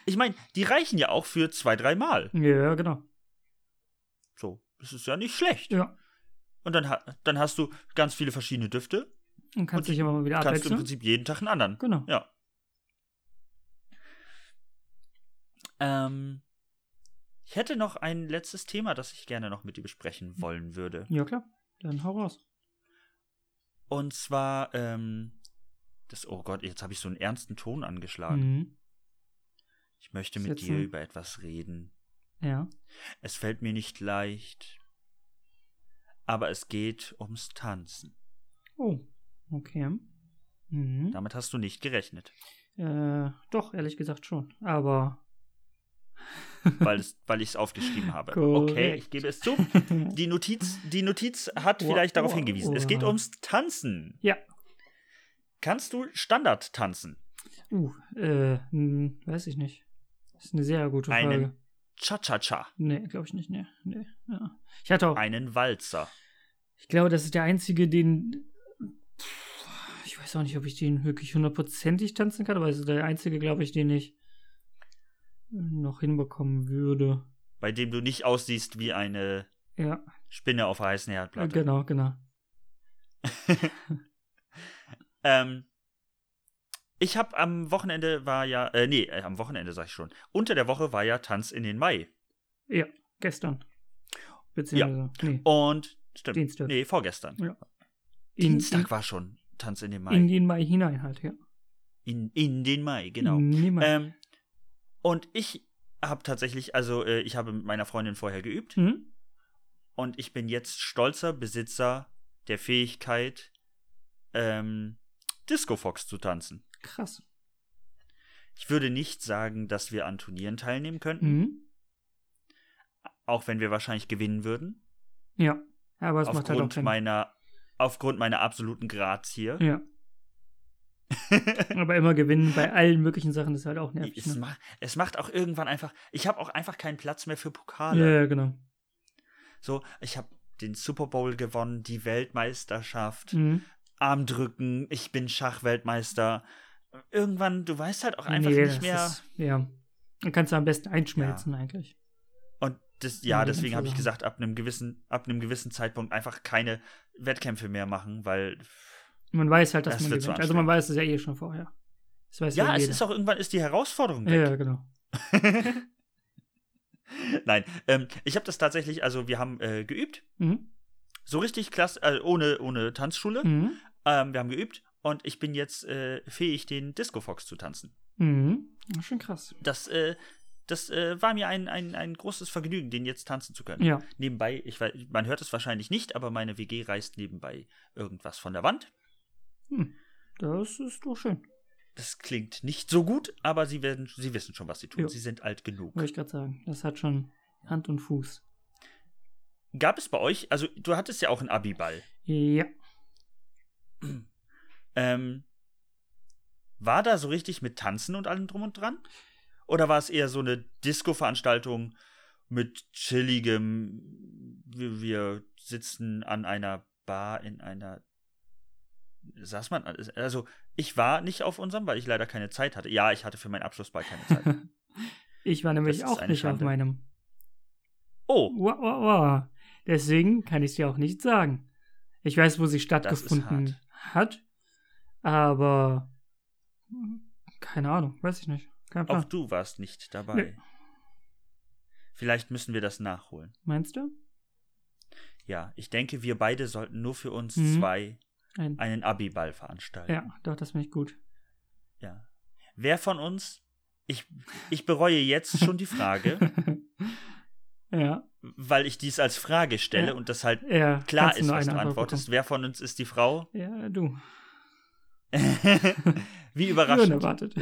Ich meine, die reichen ja auch für zwei, dreimal.
ja, genau.
So, das ist ja nicht schlecht.
Ja.
Und dann, ha- dann hast du ganz viele verschiedene Düfte.
Und kannst
Und
dich immer mal wieder
Kannst du im
abwechseln.
Prinzip jeden Tag einen anderen.
Genau.
Ja. Ähm, ich hätte noch ein letztes Thema, das ich gerne noch mit dir besprechen wollen würde.
Ja, klar. Dann hau raus.
Und zwar, ähm, das, oh Gott, jetzt habe ich so einen ernsten Ton angeschlagen.
Mhm.
Ich möchte
Ist
mit
jetzt
dir
ein-
über etwas reden.
Ja.
Es fällt mir nicht leicht. Aber es geht ums Tanzen.
Oh. Okay. Mhm.
Damit hast du nicht gerechnet,
Äh, doch, ehrlich gesagt schon. Aber
weil, es, weil ich es aufgeschrieben habe. Okay,
Korrekt.
ich gebe es zu. Die Notiz, die Notiz hat
Wow,
vielleicht darauf
wow,
hingewiesen. Es geht
wow.
ums Tanzen.
Ja.
Kannst du Standard tanzen?
Uh, äh, hm, weiß ich nicht. Ist eine sehr gute Frage.
Einen- Cha-cha-cha.
Nee, glaube ich nicht, nee. nee. Ja. Ich hatte auch.
Einen Walzer.
Ich glaube, das ist der einzige, den. Pff, Ich weiß auch nicht, ob ich den wirklich hundertprozentig tanzen kann, aber es ist der einzige, glaube ich, den ich noch hinbekommen würde.
Bei dem du nicht aussiehst wie eine
Ja,
Spinne auf einer heißen Herdplatte.
genau, genau.
Ähm, ich habe am Wochenende war ja, äh, nee, äh, am Wochenende sag ich schon. Unter der Woche war ja Tanz in den Mai.
Gestern. Beziehungsweise. Nee,
Und stimmt.
Dienstag.
Nee, vorgestern.
Ja. in,
Dienstag war schon Tanz in den Mai.
in, in den Mai hinein halt, ja.
In, in den Mai, genau.
Niemals.
Ähm, und ich habe tatsächlich, also äh, ich habe mit meiner Freundin vorher geübt
hm?
und ich bin jetzt stolzer Besitzer der Fähigkeit, ähm, Disco Fox zu tanzen.
Krass.
Ich würde nicht sagen, dass wir an Turnieren teilnehmen könnten,
Mhm.
auch wenn wir wahrscheinlich gewinnen würden.
Ja. Aber es macht halt auch
aufgrund
keinen
meiner aufgrund meiner absoluten Grazie. hier.
Ja. Aber immer gewinnen bei allen möglichen Sachen ist halt auch nervig.
Es,
Ne?
ma es macht auch irgendwann einfach, ich habe auch einfach keinen Platz mehr für
Ja,
Pokale.
ja, genau.
So, ich habe den Super Bowl gewonnen, die Weltmeisterschaft,
Mhm.
Armdrücken, ich bin Schachweltmeister. Irgendwann, du weißt halt auch einfach
Nee,
nicht
das
mehr.
Ist, ja. Dann kannst du am besten einschmelzen eigentlich.
Und das, ja,
Nee, ganz
deswegen habe ich
so
gesagt, ab einem gewissen, ab einem gewissen Zeitpunkt einfach keine Wettkämpfe mehr machen, weil
Man weiß halt, dass
Das
man
wird so
gewinnt. Also man weiß es ja eh schon vorher. Das weiß ja,
ja, es
jeder.
ist auch irgendwann ist die Herausforderung weg.
ja, genau.
Nein, ähm, ich habe das tatsächlich, also wir haben äh, geübt,
Mhm.
so richtig klasse, äh, ohne, ohne Tanzschule.
Mhm.
Ähm, wir haben geübt und ich bin jetzt äh, fähig, den Disco Fox zu tanzen.
Mhm. Ja, Schon krass.
Das, äh, das äh, war mir ein, ein, ein großes Vergnügen, den jetzt tanzen zu können.
Ja.
Nebenbei, ich weiß, man hört es wahrscheinlich nicht, aber meine WG reißt nebenbei irgendwas von der Wand.
Hm. Das ist doch schön.
Das klingt nicht so gut, aber sie, werden, sie wissen schon, was sie tun.
Ja.
Sie sind alt genug.
Wollte ich gerade sagen. Das hat schon Hand und Fuß.
Gab es bei euch, also du hattest ja auch einen Abiball.
Ja.
Ähm, war da so richtig mit Tanzen und allem drum und dran? Oder war es eher so eine Disco-Veranstaltung mit chilligem, wir, wir sitzen an einer Bar in einer, saß man, an- also ich war nicht auf unserem, weil ich leider keine Zeit hatte. Ja, ich hatte für meinen Abschlussball keine Zeit.
Ich war nämlich
ist
auch
eine
nicht auf
Schande.
meinem.
Oh,
Wow, wow, wow. Deswegen kann ich es dir auch nicht sagen. Ich weiß, wo sie stattgefunden hat, aber keine Ahnung, weiß ich nicht. Kein Plan.
Auch du warst nicht dabei.
Nö.
Vielleicht müssen wir das nachholen.
Meinst du?
Ja, ich denke, wir beide sollten nur für uns
Mhm.
zwei
Ein,
einen Abiball veranstalten.
ja, doch, das finde ich gut.
Ja. Wer von uns, ich, ich bereue jetzt schon die Frage,
ja,
weil ich dies als Frage stelle
Ja.
und das halt
ja.
klar
kannst
ist,
nur
was
eine
du antwortest. Wer von uns ist die Frau?
bekommen. Ja, du.
Wie überraschend.
Unerwartet.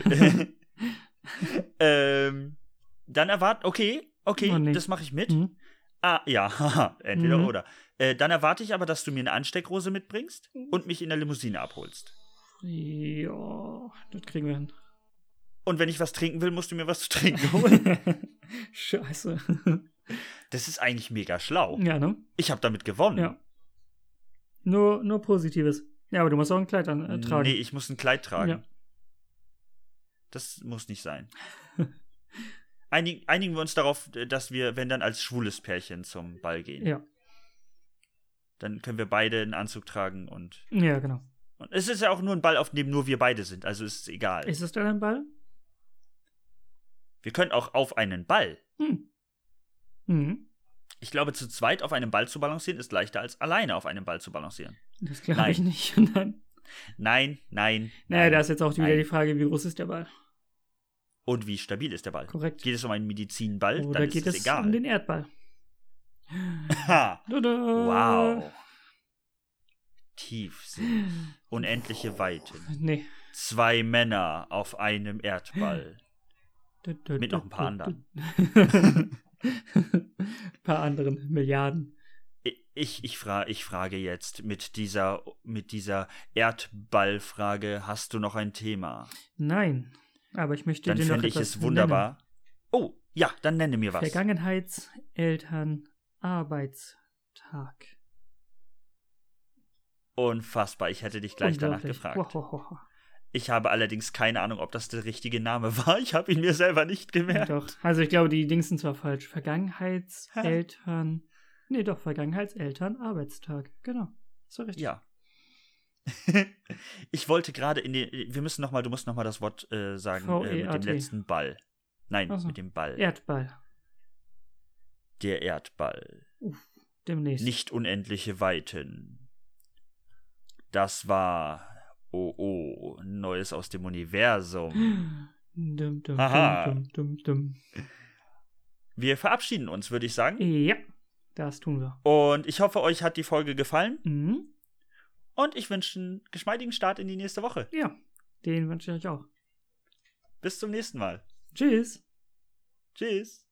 ähm, dann erwart, okay, okay,
Oh, nee.
das mache ich mit.
Hm?
Ah, ja, haha, entweder
Mhm.
oder. Äh, dann erwarte ich aber, dass du mir eine Ansteckrose mitbringst und mich in der Limousine abholst.
ja, das kriegen wir hin.
Und wenn ich was trinken will, musst du mir was zu trinken holen.
Scheiße.
Das ist eigentlich mega schlau.
ja, ne?
Ich habe damit gewonnen.
Ja. Nur, nur Positives. Ja, aber du musst auch ein Kleid an, äh, tragen.
Nee, ich muss ein Kleid tragen.
Ja.
Das muss nicht sein. Einig, einigen wir uns darauf, dass wir, wenn dann als schwules Pärchen zum Ball gehen,
Ja.
dann können wir beide einen Anzug tragen und,
ja, genau.
und es ist ja auch nur ein Ball, auf dem nur wir beide sind, also ist es egal.
Ist es denn ein Ball?
wir können auch auf einen Ball.
Hm. Hm.
Ich glaube, zu zweit auf einem Ball zu balancieren ist leichter als alleine auf einem Ball zu balancieren.
Das glaube
Nein.
ich nicht. Nein.
Nein, nein.
Naja,
nein.
da ist jetzt auch wieder
Nein.
die Frage, wie groß ist der Ball?
Und wie stabil ist der Ball?
Korrekt.
Geht es um einen Medizinball?
Oder
dann ist
geht
es
es
egal.
um den Erdball?
ha.
Tada.
Wow. Tiefsee. Unendliche Weiten.
Nee.
Zwei Männer auf einem Erdball.
Du, du,
Mit
du,
noch ein paar
du,
anderen.
du. Ein paar anderen. Milliarden.
I- Ich, ich, fra ich frage jetzt mit dieser, mit dieser Erdballfrage, hast du noch ein Thema?
Nein. Aber ich möchte
Dann
dir noch
fände ich
etwas
es wunderbar. Oh, ja, dann nenne mir
nennen.
was.
Vergangenheitselternarbeitstag.
Unfassbar, ich hätte dich gleich danach
Unglaublich.
gefragt.
Wow.
Ich habe allerdings keine Ahnung, ob das der richtige Name war. Ich habe ihn mir selber nicht gemerkt.
Doch. Also ich glaube, die Dings sind zwar falsch. Vergangenheitseltern. nee, doch, Vergangenheitseltern Arbeitstag. Genau. So richtig.
Ja. ich wollte gerade in den. Wir müssen noch mal. Du musst noch mal das Wort äh, sagen äh, mit dem
V-E-A-T.
letzten Ball. Nein,
E Ach so.
mit dem Ball.
Erdball.
Der Erdball.
Demnächst.
Nicht unendliche Weiten. Das war. Oh oh, Neues aus dem Universum.
Dum, dum,
Aha.
dum, dum, dum,
Wir verabschieden uns, würde ich
dum.
sagen.
Ja, das tun wir.
Und ich hoffe, euch hat die Folge gefallen.
Mhm.
Und ich wünsche einen geschmeidigen Start in die nächste Woche.
Ja, den wünsche ich euch auch.
Bis zum nächsten Mal.
Tschüss.
Tschüss.